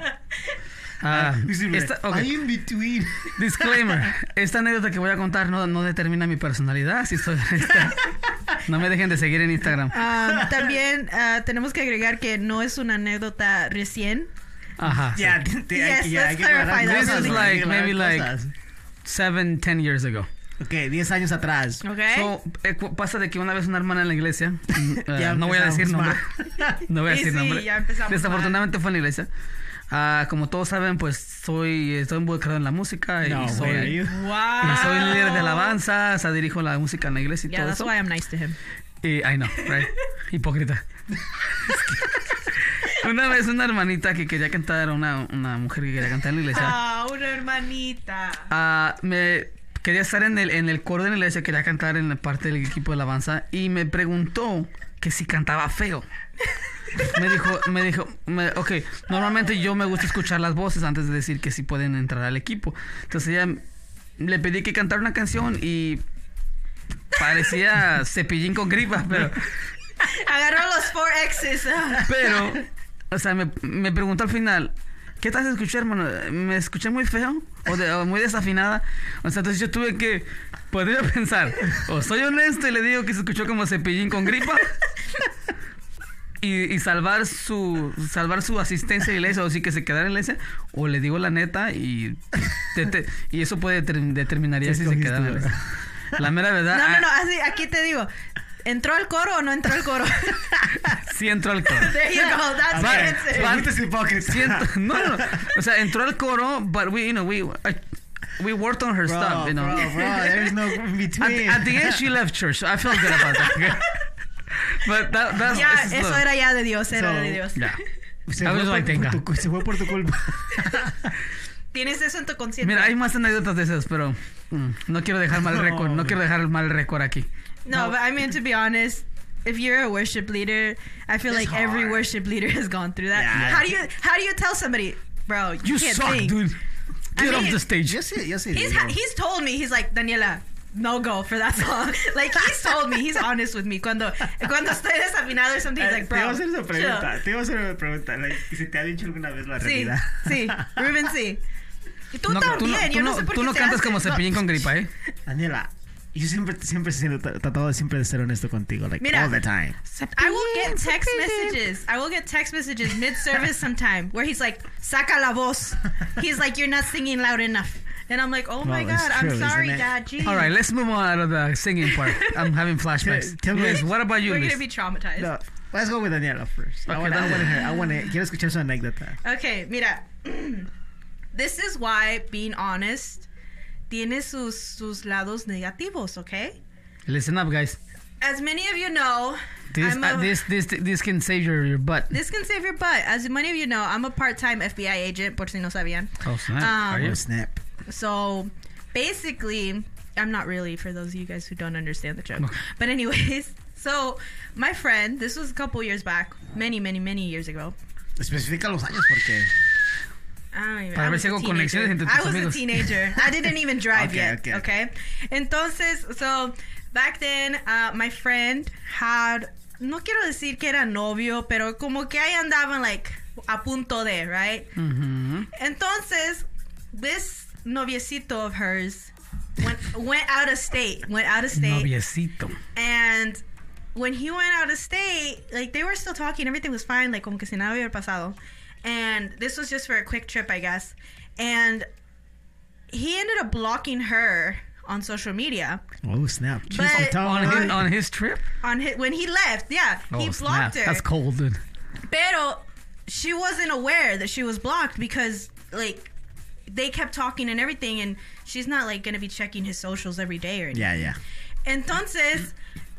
Speaker 3: Ah,
Speaker 1: Sí,
Speaker 3: esta-
Speaker 1: right.
Speaker 3: okay.
Speaker 1: I'm in between.
Speaker 3: Disclaimer, esta anécdota que voy a contar no, no determina mi personalidad, si soy honesta. No me dejen de seguir en Instagram.
Speaker 2: Um, también ah, tenemos que agregar que no es una anécdota recién.
Speaker 3: Ajá. sí.
Speaker 1: Yeah, te- te- hay
Speaker 2: Yes,
Speaker 1: que- ya,
Speaker 2: let's
Speaker 1: hay que
Speaker 2: clarify
Speaker 1: aclarar
Speaker 2: that.
Speaker 1: cosas,
Speaker 2: This is
Speaker 1: hay que
Speaker 3: like,
Speaker 1: aclarar
Speaker 3: maybe like-
Speaker 1: cosas.
Speaker 3: Seven, ten years ago.
Speaker 1: Ok, 10 años atrás.
Speaker 2: Okay.
Speaker 3: So, eh, cu- pasa de que una vez una hermana en la iglesia, mm, eh,
Speaker 1: Ya
Speaker 3: no voy a decir
Speaker 1: empezamos
Speaker 3: nombre, no voy a
Speaker 2: Y
Speaker 3: decir
Speaker 2: sí,
Speaker 3: nombre,
Speaker 2: ya empezamos
Speaker 3: desafortunadamente fue en la iglesia. Ah, como todos saben, pues soy estoy involucrado en la música y
Speaker 1: No,
Speaker 3: soy,
Speaker 1: where are you?
Speaker 3: y soy
Speaker 2: Ah.
Speaker 3: líder de alabanza, o sea, dirijo la música en la iglesia y
Speaker 2: Yeah,
Speaker 3: todo
Speaker 2: that's
Speaker 3: eso.
Speaker 2: why I'm nice to him.
Speaker 3: Y, ay, no, right. Hipócrita. una vez una hermanita que quería cantar, una, una mujer que quería cantar en la iglesia,
Speaker 2: Pero Ah, hermanita.
Speaker 3: Ah, me quería estar en el, en el coro de la iglesia, quería cantar en la parte del equipo de alabanza y me preguntó que si cantaba feo. Me dijo, me dijo, me- ok, normalmente yo me gusta escuchar las voces antes de decir que si pueden entrar al equipo. Entonces ella le pedí que cantara una canción y parecía cepillín con gripa, pero...
Speaker 2: Agarró los four X's. Ah.
Speaker 3: Pero, o sea, me, me preguntó al final, ¿qué tal se escuché, hermano? ¿Me escuché muy feo? ¿O, de- o muy desafinada? O sea, entonces yo tuve que poder pensar, o soy honesto y le digo que se escuchó como cepillín con gripa. Y, y salvar su salvar su asistencia a la iglesia o sí que se quedara en la iglesia o le digo la neta y te- te- y eso puede determ- determinaría
Speaker 1: ¿Qué
Speaker 3: si se quedara en la
Speaker 1: escogiste,
Speaker 3: iglesia. La mera verdad
Speaker 2: No, no, no. Así, aquí te digo. ¿Entró al coro o no entró al coro?
Speaker 3: ah, sí entró al coro.
Speaker 2: There you go.
Speaker 1: Ah,
Speaker 2: That's
Speaker 3: Vale.
Speaker 2: the answer.
Speaker 3: Va-
Speaker 1: Fuiste hipócrita.
Speaker 3: siento, no, no, no. O sea, entró al coro, but we, you know, we, I, we worked on her
Speaker 1: Bro,
Speaker 3: stuff, you know.
Speaker 1: bro, bro, there's no in
Speaker 3: At,
Speaker 1: between.
Speaker 3: at the end, she left church, so I felt good about that. but that, that's
Speaker 2: Ya,
Speaker 3: this is
Speaker 2: eso
Speaker 3: love.
Speaker 2: era ya de Dios, era
Speaker 1: So-
Speaker 2: de Dios.
Speaker 3: Yeah.
Speaker 1: se,
Speaker 3: I
Speaker 1: fue
Speaker 3: was
Speaker 1: por,
Speaker 3: like,
Speaker 1: por
Speaker 3: tenga.
Speaker 1: tu, cu- se fue por tu culpa.
Speaker 2: Tienes eso en tu conciencia.
Speaker 3: Mira, hay más anécdotas de esas, pero mm, no quiero dejar mal
Speaker 1: No,
Speaker 3: récord, no
Speaker 1: hombre.
Speaker 3: quiero dejar mal récord aquí.
Speaker 2: No, but I mean to be honest, if you're a worship leader, I feel
Speaker 3: It's
Speaker 2: like every
Speaker 3: hard.
Speaker 2: worship leader has gone through that.
Speaker 1: Yeah.
Speaker 2: How do you how do you tell somebody, bro, you,
Speaker 3: You
Speaker 2: can't
Speaker 3: suck,
Speaker 2: sing?
Speaker 3: dude.
Speaker 2: I
Speaker 3: Get off
Speaker 2: mean,
Speaker 3: the stage.
Speaker 1: Yo sí, yo sí.
Speaker 2: He's
Speaker 1: digo.
Speaker 2: ha- he's told me he's like Daniela, no go for that song. like he's told me he's honest with me. Cuando cuando estoy desafinado or something, he's
Speaker 1: Eh,
Speaker 2: like,
Speaker 1: te iba
Speaker 2: bro,
Speaker 1: a hacer esa pregunta.
Speaker 2: chill.
Speaker 1: Te iba a hacer una pregunta. like, si te ha dicho alguna vez la
Speaker 2: Sí,
Speaker 1: realidad.
Speaker 2: sí, Ruben sí. Y Tú
Speaker 3: No,
Speaker 2: también,
Speaker 3: tú no, tú
Speaker 2: yo no,
Speaker 3: no-
Speaker 2: sé por
Speaker 3: tú
Speaker 2: qué
Speaker 3: no
Speaker 2: se
Speaker 3: cantas
Speaker 2: hace.
Speaker 3: como cepillín con gripa, ¿eh?
Speaker 1: Daniela, yo siempre, siempre he sido- he tratado de siempre de ser honesto contigo. Like,
Speaker 2: Mira.
Speaker 1: all the time.
Speaker 2: I will get text messages. I will get text messages mid service sometime where he's like, saca la voz. He's like, you're not singing loud enough. And I'm like, oh my
Speaker 1: Well, it's
Speaker 2: God, I'm
Speaker 1: true,
Speaker 2: sorry,
Speaker 1: isn't it?
Speaker 2: Dad. Jeez.
Speaker 3: All right, let's move on out of the singing part. I'm having flashbacks.
Speaker 1: Tell- tell me-
Speaker 3: Luis, what about you,
Speaker 2: We're going
Speaker 3: Luis?
Speaker 2: to be traumatized.
Speaker 1: No, let's go with Daniela first. I
Speaker 3: Okay,
Speaker 1: wanna, I
Speaker 3: Daniela.
Speaker 1: wanna hear- I wanna- quiero escuchar su anécdota.
Speaker 2: Okay, mira. this is why being honest tiene sus, sus lados negativos, okay?
Speaker 3: Listen up, guys.
Speaker 2: As many of you know,
Speaker 3: This,
Speaker 2: I'm
Speaker 3: uh,
Speaker 2: a-
Speaker 3: this, this, this can save your, your butt.
Speaker 2: this can save your butt. As many of you know, I'm a part time FBI agent, por si no sabían.
Speaker 3: Oh, snap.
Speaker 2: Um,
Speaker 3: Are you?
Speaker 1: Oh, snap.
Speaker 2: So basically, I'm not really for those of you guys who don't understand the joke. But anyways, so my friend, this was a couple years back, many, many, many years ago.
Speaker 1: Especifica los años porque.
Speaker 2: Ah, I don't even-
Speaker 3: Para
Speaker 2: I
Speaker 3: ver
Speaker 2: was
Speaker 3: si
Speaker 2: a
Speaker 3: hago conexiones
Speaker 2: teenager.
Speaker 3: entre
Speaker 2: I
Speaker 3: tus
Speaker 2: was a
Speaker 3: amigos.
Speaker 2: teenager. I didn't even drive
Speaker 1: Okay,
Speaker 2: yet.
Speaker 1: okay,
Speaker 2: Okay, Entonces, so back then, uh, my friend had, no quiero decir que era novio, pero como que ahí andaban, like, a punto de, right?
Speaker 3: Mhm.
Speaker 2: Entonces, this noviecito of hers went went out of state. Went out of state.
Speaker 3: Noviecito.
Speaker 2: And when he went out of state, like they were still talking, everything was fine, like como que si nada hubiera pasado. And this was just for a quick trip, I guess. And he ended up blocking her on social media.
Speaker 1: Oh, snap. Jeez,
Speaker 2: But-
Speaker 1: I'm telling
Speaker 3: On,
Speaker 1: you.
Speaker 3: his, on his trip?
Speaker 2: On his, when he left, yeah,
Speaker 3: Oh,
Speaker 2: he
Speaker 3: snap.
Speaker 2: blocked her.
Speaker 3: That's cold, dude.
Speaker 2: Pero she wasn't aware that she was blocked because like they kept talking and everything and she's not like gonna be checking his socials every day or anything.
Speaker 1: Yeah, yeah.
Speaker 2: Entonces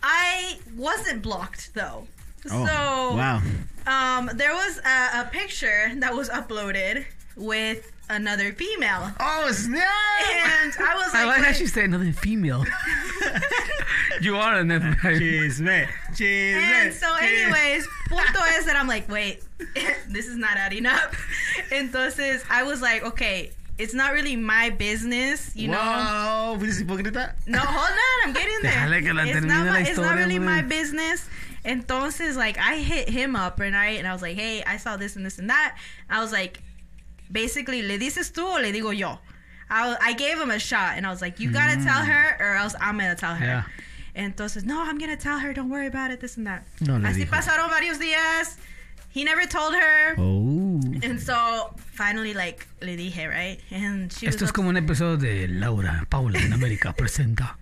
Speaker 2: I wasn't blocked though.
Speaker 1: Oh,
Speaker 2: so
Speaker 1: wow.
Speaker 2: um there was a, a picture that was uploaded with another female.
Speaker 1: Oh, snap.
Speaker 2: And I was like,
Speaker 3: I like how
Speaker 2: wait.
Speaker 3: she said another female. you are an FBI.
Speaker 1: Chisme. Chisme.
Speaker 2: And so,
Speaker 1: chisme.
Speaker 2: anyways, punto es that I'm like, wait, this is not adding up. Entonces, I was like, okay, it's not really my business, you know.
Speaker 1: Wow, ¿fuiste hipócrita?
Speaker 2: No, hold on, I'm getting there.
Speaker 3: Déjale que la
Speaker 2: it's,
Speaker 3: termine
Speaker 2: not
Speaker 3: la
Speaker 2: my, it's not
Speaker 3: historia,
Speaker 2: really my
Speaker 3: güey.
Speaker 2: business. Entonces, like, I hit him up, and I and I was like, hey, I saw this and this and that. I was like, basically, le dices tú o le digo yo. I, I gave him a shot, and I was like, you gotta tell her, or else I'm gonna tell her.
Speaker 3: Mm. Yeah.
Speaker 2: Entonces, no, I'm gonna tell her. Don't worry about it. This and that.
Speaker 1: No le
Speaker 2: Así
Speaker 1: dijo.
Speaker 2: pasaron varios días. He never told her.
Speaker 1: Oh.
Speaker 2: And so finally, like, le dije, right? And she was
Speaker 3: Esto es
Speaker 2: ups-
Speaker 3: como un episodio de Laura, Paula en América presenta.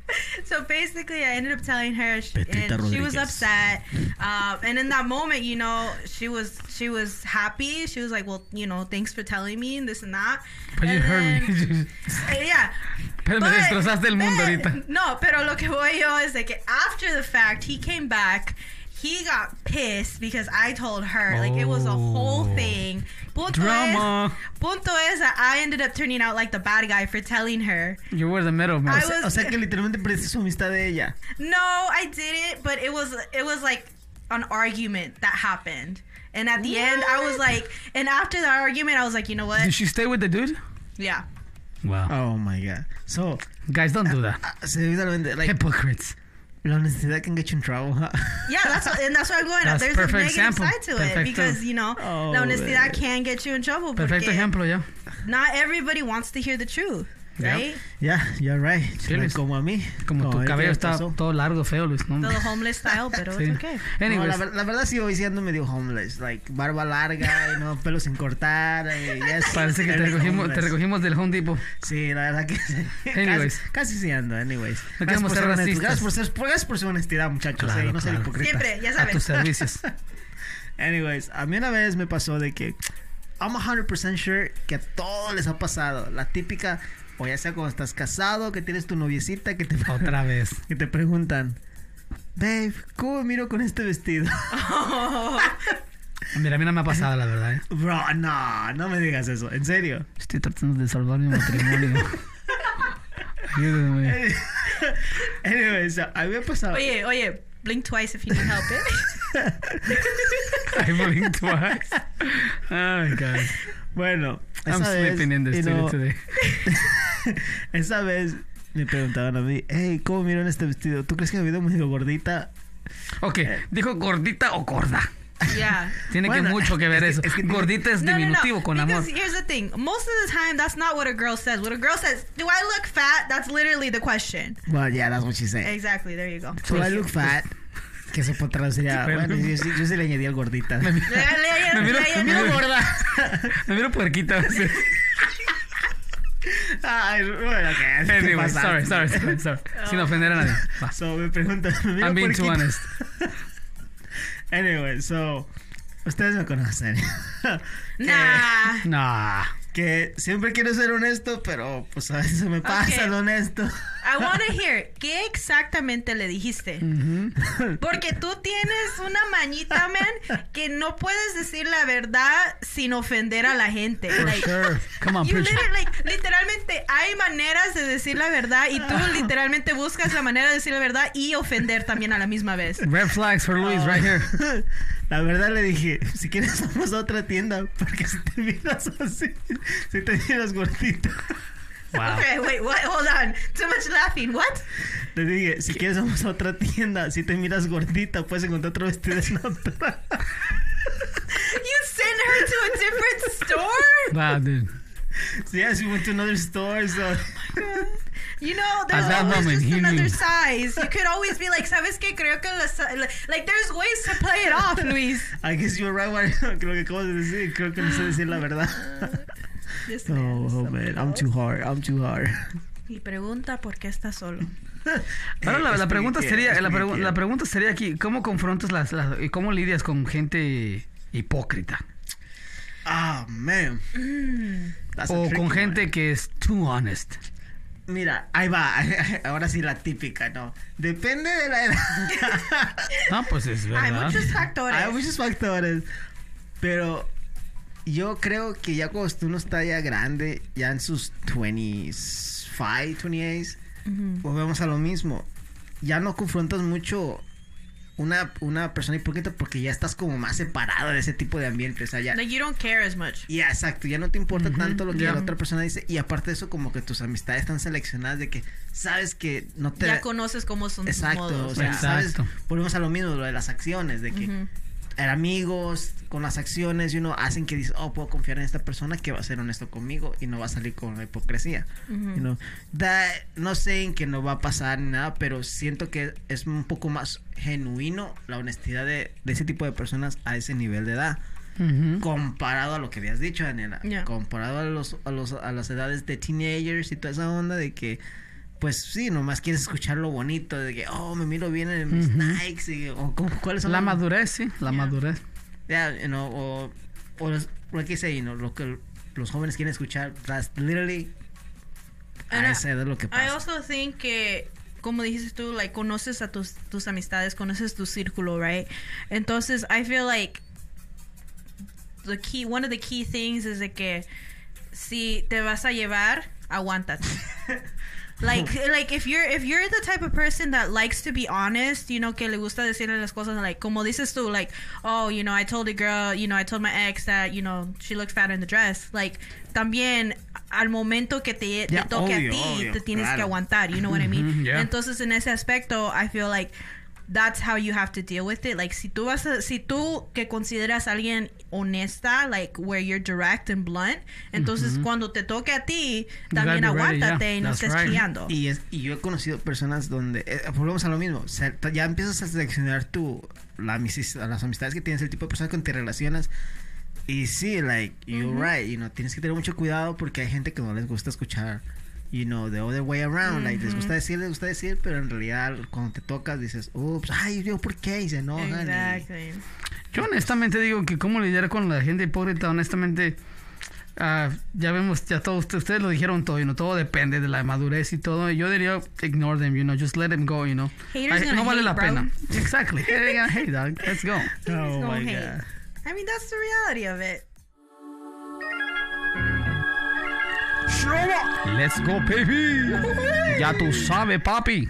Speaker 2: so basically, I ended up telling her, sh-
Speaker 1: Petita
Speaker 2: and she was
Speaker 1: Rodriguez.
Speaker 2: upset. Um, and in that moment, you know, she was she was happy. She was like, well, you know, thanks for telling me and this and that.
Speaker 3: But you
Speaker 2: And
Speaker 3: heard me.
Speaker 2: then- yeah.
Speaker 3: Pero me
Speaker 2: But-
Speaker 3: destrozaste el mundo
Speaker 2: but-
Speaker 3: ahorita.
Speaker 2: No, pero lo que voy yo es de que after the fact, he came back He got pissed because I told her like it was a whole
Speaker 3: Oh.
Speaker 2: thing. Punto es,
Speaker 3: Drama.
Speaker 2: punto is that I ended up turning out like the bad guy for telling her.
Speaker 3: You were the middle
Speaker 2: I
Speaker 3: man.
Speaker 1: O sea- O sea que literalmente perdiste su amistad de ella.
Speaker 2: No, I didn't, but it was it was like an argument that happened. And at the end I was like and after the argument I was like, you know
Speaker 3: Did
Speaker 2: what?
Speaker 3: she stay with the dude?
Speaker 2: Yeah.
Speaker 3: Wow.
Speaker 1: Oh my god. So,
Speaker 3: Guys, don't do that.
Speaker 1: ah, se ve totalmente, like,
Speaker 3: Hypocrites.
Speaker 1: la honestidad que han hecho en trabajo.
Speaker 2: Yeah, that's what, and that's what I'm going at.
Speaker 3: That's
Speaker 2: There's a
Speaker 3: perfect
Speaker 2: negative
Speaker 3: example.
Speaker 2: side to
Speaker 3: Perfecto.
Speaker 2: it because you know,
Speaker 1: Oh,
Speaker 2: la honestidad
Speaker 1: man.
Speaker 2: can get you in trouble.
Speaker 3: Perfecto
Speaker 2: porque
Speaker 3: ejemplo, ya.
Speaker 2: Not everybody wants to hear the truth,
Speaker 3: Yeah.
Speaker 2: right?
Speaker 1: Ya, you're right.
Speaker 3: Sí, Luis.
Speaker 1: como a mí.
Speaker 3: Como
Speaker 1: a
Speaker 3: tu
Speaker 1: él que
Speaker 3: cabello
Speaker 1: le
Speaker 3: está
Speaker 1: pasó.
Speaker 3: todo largo, feo, Luis. No,
Speaker 2: The
Speaker 3: hombre.
Speaker 2: homeless style, pero
Speaker 3: Sí.
Speaker 2: it's okay.
Speaker 1: No, la,
Speaker 3: Anyways.
Speaker 1: ver- la verdad sí, hoy sí ando medio homeless. Like, barba larga, y no, pelo sin cortar. y ya es-
Speaker 3: Parece que te
Speaker 1: eres
Speaker 3: recogimos, te
Speaker 1: homeless.
Speaker 3: recogimos del Home Depot.
Speaker 1: Sí, la verdad que sí.
Speaker 3: Anyways.
Speaker 1: Casi, casi sí ando, anyways. Gracias
Speaker 3: No queremos
Speaker 1: por
Speaker 3: ser
Speaker 1: ser honestos.
Speaker 3: racistas.
Speaker 1: Gracias por, ser, gracias por su honestidad, muchachos.
Speaker 3: Claro,
Speaker 1: eh, no sean
Speaker 3: claro.
Speaker 1: hipócritas.
Speaker 2: Siempre, ya
Speaker 3: A tus
Speaker 2: sabes.
Speaker 3: servicios.
Speaker 1: Anyways, a mí una vez me pasó de que I'm 100% sure que a todos les ha pasado. La típica, o ya sea cuando estás casado, que tienes tu noviecita, que te,
Speaker 3: Otra vez.
Speaker 1: que te preguntan, Babe, ¿cómo me miro con este vestido?
Speaker 2: Oh,
Speaker 3: Mira, a mí no me ha pasado, la verdad. ¿eh?
Speaker 1: Bro, no, no me digas eso, en serio.
Speaker 3: Estoy tratando de salvar mi matrimonio. Ayúdenme.
Speaker 1: Anyways, a mí me ha pasado.
Speaker 2: Oye, oye, blink twice if you need help. eh?
Speaker 3: I blinked twice. Oh, God.
Speaker 1: Bueno,
Speaker 3: I'm
Speaker 1: esa vez,
Speaker 3: sleeping in the
Speaker 1: you
Speaker 3: studio
Speaker 1: know,
Speaker 3: today.
Speaker 1: Esa vez me preguntaban a mí, hey, ¿cómo me miro en este vestido? ¿Tú crees que me veo medio gordita?
Speaker 3: Ok, dijo gordita o gorda.
Speaker 2: Yeah.
Speaker 3: Tiene que
Speaker 1: Eh. Bueno,
Speaker 3: mucho que ver
Speaker 1: es
Speaker 3: eso.
Speaker 1: que- es que tiene-
Speaker 3: gordita es diminutivo con amor.
Speaker 2: because here's the thing. Most of the time, that's not what a girl says. What a girl says, do I look fat? That's literally the question.
Speaker 1: Well, yeah, that's what she said.
Speaker 2: Exactly. There you go.
Speaker 1: Do I look fat? pues, Que eso por traducir a...
Speaker 3: Sí,
Speaker 1: Bueno,
Speaker 3: perdón.
Speaker 1: yo, sí- yo sí le añadí al gordita.
Speaker 2: Yeah, yeah, yeah,
Speaker 3: Me miro-
Speaker 2: yeah, yeah,
Speaker 3: me
Speaker 2: no.
Speaker 3: miro gorda. Me miro puerquita. a veces.
Speaker 1: Ay, bueno, ok. te
Speaker 3: Anyway,
Speaker 1: pasaste.
Speaker 3: sorry, Eh, sorry, sorry, sorry. Sin ofender a nadie. Va.
Speaker 1: So, me preguntan... me miro
Speaker 3: I'm being too
Speaker 1: puerquita.
Speaker 3: honest.
Speaker 1: Anyway, so... Ustedes me conocen.
Speaker 2: Nah.
Speaker 3: Nah.
Speaker 1: que siempre quiero ser honesto, pero pues a veces se me pasa
Speaker 2: Ok.
Speaker 1: lo honesto.
Speaker 2: I want to hear. ¿Qué exactamente le dijiste? Porque tú tienes una mañita, man, que no puedes decir la verdad sin ofender a la gente.
Speaker 3: For
Speaker 2: Like,
Speaker 3: sure. Come on,
Speaker 2: you
Speaker 3: preach.
Speaker 2: literally- like, literalmente hay maneras de decir la verdad y tú literalmente buscas la manera de decir la verdad y ofender también a la misma vez.
Speaker 3: Red flags for Luis right here.
Speaker 1: La verdad le dije, si quieres vamos a otra tienda, porque si te miras así, si te miras gordita.
Speaker 3: Wow.
Speaker 2: Okay, wait, what? Hold on. Too much laughing. What?
Speaker 1: Le dije, si quieres vamos a otra tienda, si te miras gordita, puedes encontrar otro vestido en otra.
Speaker 2: You sent her to a different store?
Speaker 3: Wow, dude.
Speaker 1: So yes, we went to another store, so...
Speaker 2: You know, there's
Speaker 3: At that
Speaker 2: always
Speaker 3: moment,
Speaker 2: just
Speaker 3: he
Speaker 2: another
Speaker 3: knew.
Speaker 2: size. You could always be like, ¿sabes qué? Creo que la, sa- la-" Like, there's ways to play it off, Luis.
Speaker 1: I guess you're right, Mario. Creo que acabas de decir, creo que no sé decir la verdad.
Speaker 2: This man
Speaker 1: Oh,
Speaker 2: is
Speaker 1: oh
Speaker 2: something
Speaker 1: man, I'm
Speaker 2: else.
Speaker 1: too hard, I'm too hard.
Speaker 2: Y pregunta por qué está solo.
Speaker 3: Ahora la,
Speaker 1: Eh,
Speaker 3: la
Speaker 1: es
Speaker 3: pregunta
Speaker 1: piriquero,
Speaker 3: sería,
Speaker 1: es
Speaker 3: la, pregu-
Speaker 1: piriquero.
Speaker 3: la pregunta sería aquí, ¿cómo confrontas las, las- y cómo lidias con gente hipócrita?
Speaker 1: Ah, man. That's a
Speaker 3: O
Speaker 1: tricky
Speaker 3: con
Speaker 1: one.
Speaker 3: gente que es too honest.
Speaker 1: Mira, ahí va. Ahora sí la típica, ¿no? Depende de la edad.
Speaker 3: No, pues es
Speaker 2: Hay
Speaker 3: verdad.
Speaker 2: muchos factores.
Speaker 1: Hay Ah, muchos factores. Pero yo creo que ya cuando uno está ya grande, ya en sus 25, 28, volvemos pues a lo mismo. Ya no confrontas mucho una, una persona hipócrita porque ya estás como más separado de ese tipo de ambiente. O sea, ya.
Speaker 2: Like, you don't care as much.
Speaker 1: Ya, exacto, ya no te importa tanto lo que
Speaker 3: ya.
Speaker 1: la otra persona dice. Y aparte de eso, como que tus amistades están seleccionadas de que sabes que no te.
Speaker 2: Ya conoces cómo son sus
Speaker 1: Exacto,
Speaker 2: modos.
Speaker 1: o sea,
Speaker 2: ya.
Speaker 1: ¿sabes?
Speaker 3: Exacto.
Speaker 1: Volvemos a lo mismo, lo de las acciones, de que
Speaker 2: Ujú.
Speaker 1: eran amigos, con las acciones, y uno hacen que dices, oh, puedo confiar en esta persona que va a ser honesto conmigo y no va a salir con la hipocresía.
Speaker 3: Mm.
Speaker 1: you know. Da- no sé en que no va a pasar ni nada, pero siento que es un poco más genuino la honestidad de, de ese tipo de personas a ese nivel de edad.
Speaker 3: Ujú.
Speaker 1: Comparado a lo que habías dicho, Daniela.
Speaker 2: Ya.
Speaker 1: Comparado a, los, a, los, a las edades de teenagers y toda esa onda de que, pues sí, nomás quieres escuchar lo bonito, de que, oh, me miro bien en mis
Speaker 3: Ujú.
Speaker 1: Nikes, y, o ¿cómo- cuáles son
Speaker 3: La
Speaker 1: las-
Speaker 3: madurez, sí, la
Speaker 2: Ya.
Speaker 3: madurez.
Speaker 1: Yeah, you know, o, o los- like you say, you know, lo que los jóvenes quieren escuchar, that's literally a
Speaker 2: Ana,
Speaker 1: esa edad lo que
Speaker 2: I
Speaker 1: pasa.
Speaker 2: also think que como dijiste tú, like, conoces a tus, tus amistades, conoces tu círculo, right? Entonces, I feel like the key, one of the key things is de que si te vas a llevar, aguántate. Like, like if you're if you're the type of person that likes to be honest, you know, que le gusta decirle las cosas, like, como dices tú, like, oh, you know, I told a girl, you know, I told my ex that, you know, she looks fat in the dress. Like, también al momento que te, te
Speaker 1: Yeah,
Speaker 2: toque
Speaker 1: obvio,
Speaker 2: a ti,
Speaker 1: obvio,
Speaker 2: te tienes que
Speaker 1: claro.
Speaker 2: aguantar, you know what I mean?
Speaker 3: Ujú, Mm-hmm, yeah.
Speaker 2: Entonces, en ese aspecto, I feel like that's how you have to deal with it. Like, si tú vas a, si tú que consideras a alguien honesta, like, where you're direct and blunt, entonces cuando te toque a ti,
Speaker 3: Mm-hmm.
Speaker 2: también
Speaker 3: You gotta be ready,
Speaker 2: aguántate
Speaker 3: yeah.
Speaker 2: y no
Speaker 3: That's
Speaker 2: estés
Speaker 3: right.
Speaker 2: chillando.
Speaker 1: Y, es- y yo he conocido personas donde, eh, volvemos a lo mismo, se- ya empiezas a seleccionar tu, la amicis- las amistades que tienes, el tipo de personas con que te relacionas. Y sí, like, you're right, you know, tienes que tener mucho cuidado porque hay gente que no les gusta escuchar, you know, the other way around, like, les gusta decir, les gusta decir, pero en realidad cuando te tocas dices, ups, ay, yo, ¿por qué? Y se enojan. y-
Speaker 2: Exactly.
Speaker 3: Yo honestamente digo que cómo lidiar con la gente hipócrita, honestamente, ah, ya vemos, ya todos ustedes, ustedes lo dijeron todo, you know, todo depende de la madurez y todo. y Yo diría, ignore them, you know, just let them go, you know.
Speaker 2: Haters
Speaker 3: Ay,
Speaker 2: gonna
Speaker 3: no vale
Speaker 2: hate,
Speaker 3: la
Speaker 2: bro.
Speaker 3: pena. Exactly. They're gonna hate, dog. Let's go.
Speaker 1: Oh,
Speaker 2: Don't
Speaker 1: my
Speaker 2: hate.
Speaker 1: God.
Speaker 2: I mean, that's the reality of it.
Speaker 3: Let's go, baby. Ya tú sabes, papi.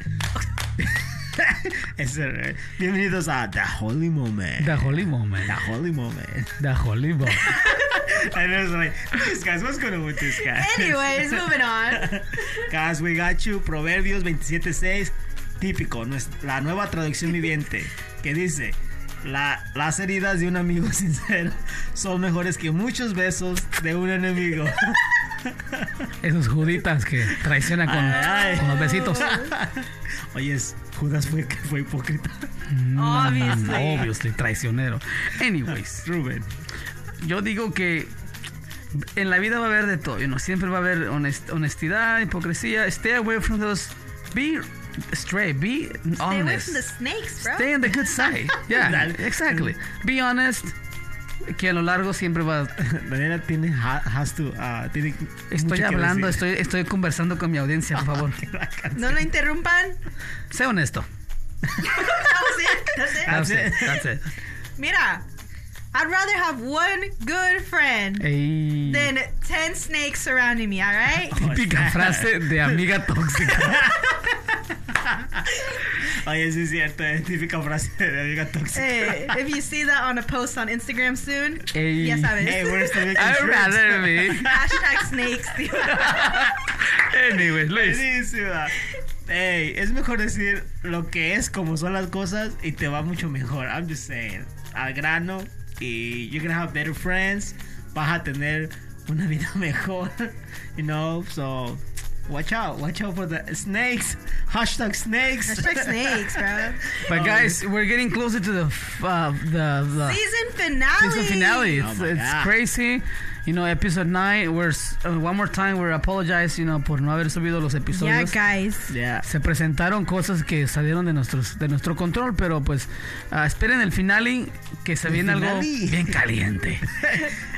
Speaker 1: Ese, eh, bienvenidos a The Holy Moment.
Speaker 3: The holy moment.
Speaker 1: The Holy Moment.
Speaker 3: The holy moment.
Speaker 1: And I was like, this guy's, what's going on with this guy?
Speaker 2: Anyways, moving on.
Speaker 1: Guys, we got you. Proverbios 27.6, típico, nues- la nueva traducción viviente, que dice, "La- las heridas de un amigo sincero son mejores que muchos besos de un enemigo.
Speaker 3: Esos juditas que traicionan con,
Speaker 1: Ay.
Speaker 3: con los besitos.
Speaker 1: Oye, es- Judas fue, fue hipócrita.
Speaker 2: Obviously.
Speaker 3: Mm, Obviously, traicionero. Anyways.
Speaker 1: Rubén.
Speaker 3: yo digo que en la vida va a haber de todo, you know, siempre va a haber honest- honestidad, hipocresía. Stay away from those. Be straight, be
Speaker 2: Stay away
Speaker 3: honest.
Speaker 2: from the snakes, bro.
Speaker 3: Stay on the good side. Yeah,
Speaker 1: Dale.
Speaker 3: exactly. Be honest. Que a lo largo siempre va.
Speaker 1: Daniela tiene, ha- has to, ah, tiene
Speaker 3: Estoy
Speaker 1: mucho que
Speaker 3: hablando,
Speaker 1: decir.
Speaker 3: estoy, estoy conversando con mi audiencia, por favor.
Speaker 2: No lo interrumpan.
Speaker 3: Sé honesto.
Speaker 2: That was it. That's it.
Speaker 3: That's it. That's it.
Speaker 2: Mira, I'd rather have one good friend
Speaker 3: Ey,
Speaker 2: than 10 snakes surrounding me, all right?
Speaker 3: típica frase de amiga tóxica.
Speaker 1: Oye, sí es cierto, es típica frase de amiga tóxica.
Speaker 2: hey, if you see that on a post on Instagram soon,
Speaker 3: Hey.
Speaker 2: yes, I
Speaker 1: Hey,
Speaker 2: will.
Speaker 1: where's the big
Speaker 3: I'd
Speaker 1: insurance?
Speaker 3: rather be.
Speaker 2: Hashtag snakes, tío.
Speaker 3: Anyways, Luis.
Speaker 1: Buenísima. Ey, es mejor decir lo que es, como son las cosas, y te va mucho mejor. I'm just saying. Al grano, y you're gonna have better friends. Vas a tener una vida mejor. You know, so watch out. Watch out for the snakes. Hashtag snakes.
Speaker 2: Hashtag snakes, bro.
Speaker 3: But
Speaker 1: Oh,
Speaker 3: guys, we're getting closer to the f- uh, the,
Speaker 1: Ah.
Speaker 3: the
Speaker 2: Season finale.
Speaker 3: season finale. It's,
Speaker 1: Oh my
Speaker 3: it's
Speaker 1: God.
Speaker 3: crazy. You know, episode nine. We're s- uh, one more time. We're apologize. You know, por no haber subido los
Speaker 2: Yeah,
Speaker 3: episodios.
Speaker 2: guys.
Speaker 1: Yeah.
Speaker 3: se presentaron cosas que salieron de nuestros de nuestro control, pero pues ah, esperen el finale que se
Speaker 1: El
Speaker 3: viene algo
Speaker 1: finale.
Speaker 3: bien caliente.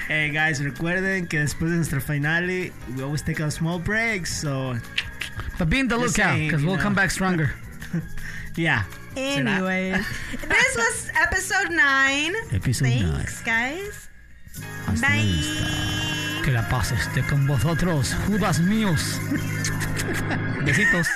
Speaker 1: Hey guys, recuerden que después de nuestra finale, we always take a small break. So,
Speaker 3: But be in the
Speaker 1: Just
Speaker 3: lookout
Speaker 1: saying,
Speaker 3: because
Speaker 1: you
Speaker 3: we'll
Speaker 1: know.
Speaker 3: come back stronger.
Speaker 1: yeah. Será.
Speaker 2: Anyway, this was episode 9.
Speaker 1: Episode
Speaker 2: Thanks, guys.
Speaker 1: Hasta la vista.
Speaker 2: Bye.
Speaker 3: Que la paz esté con vosotros, Judas míos. Besitos.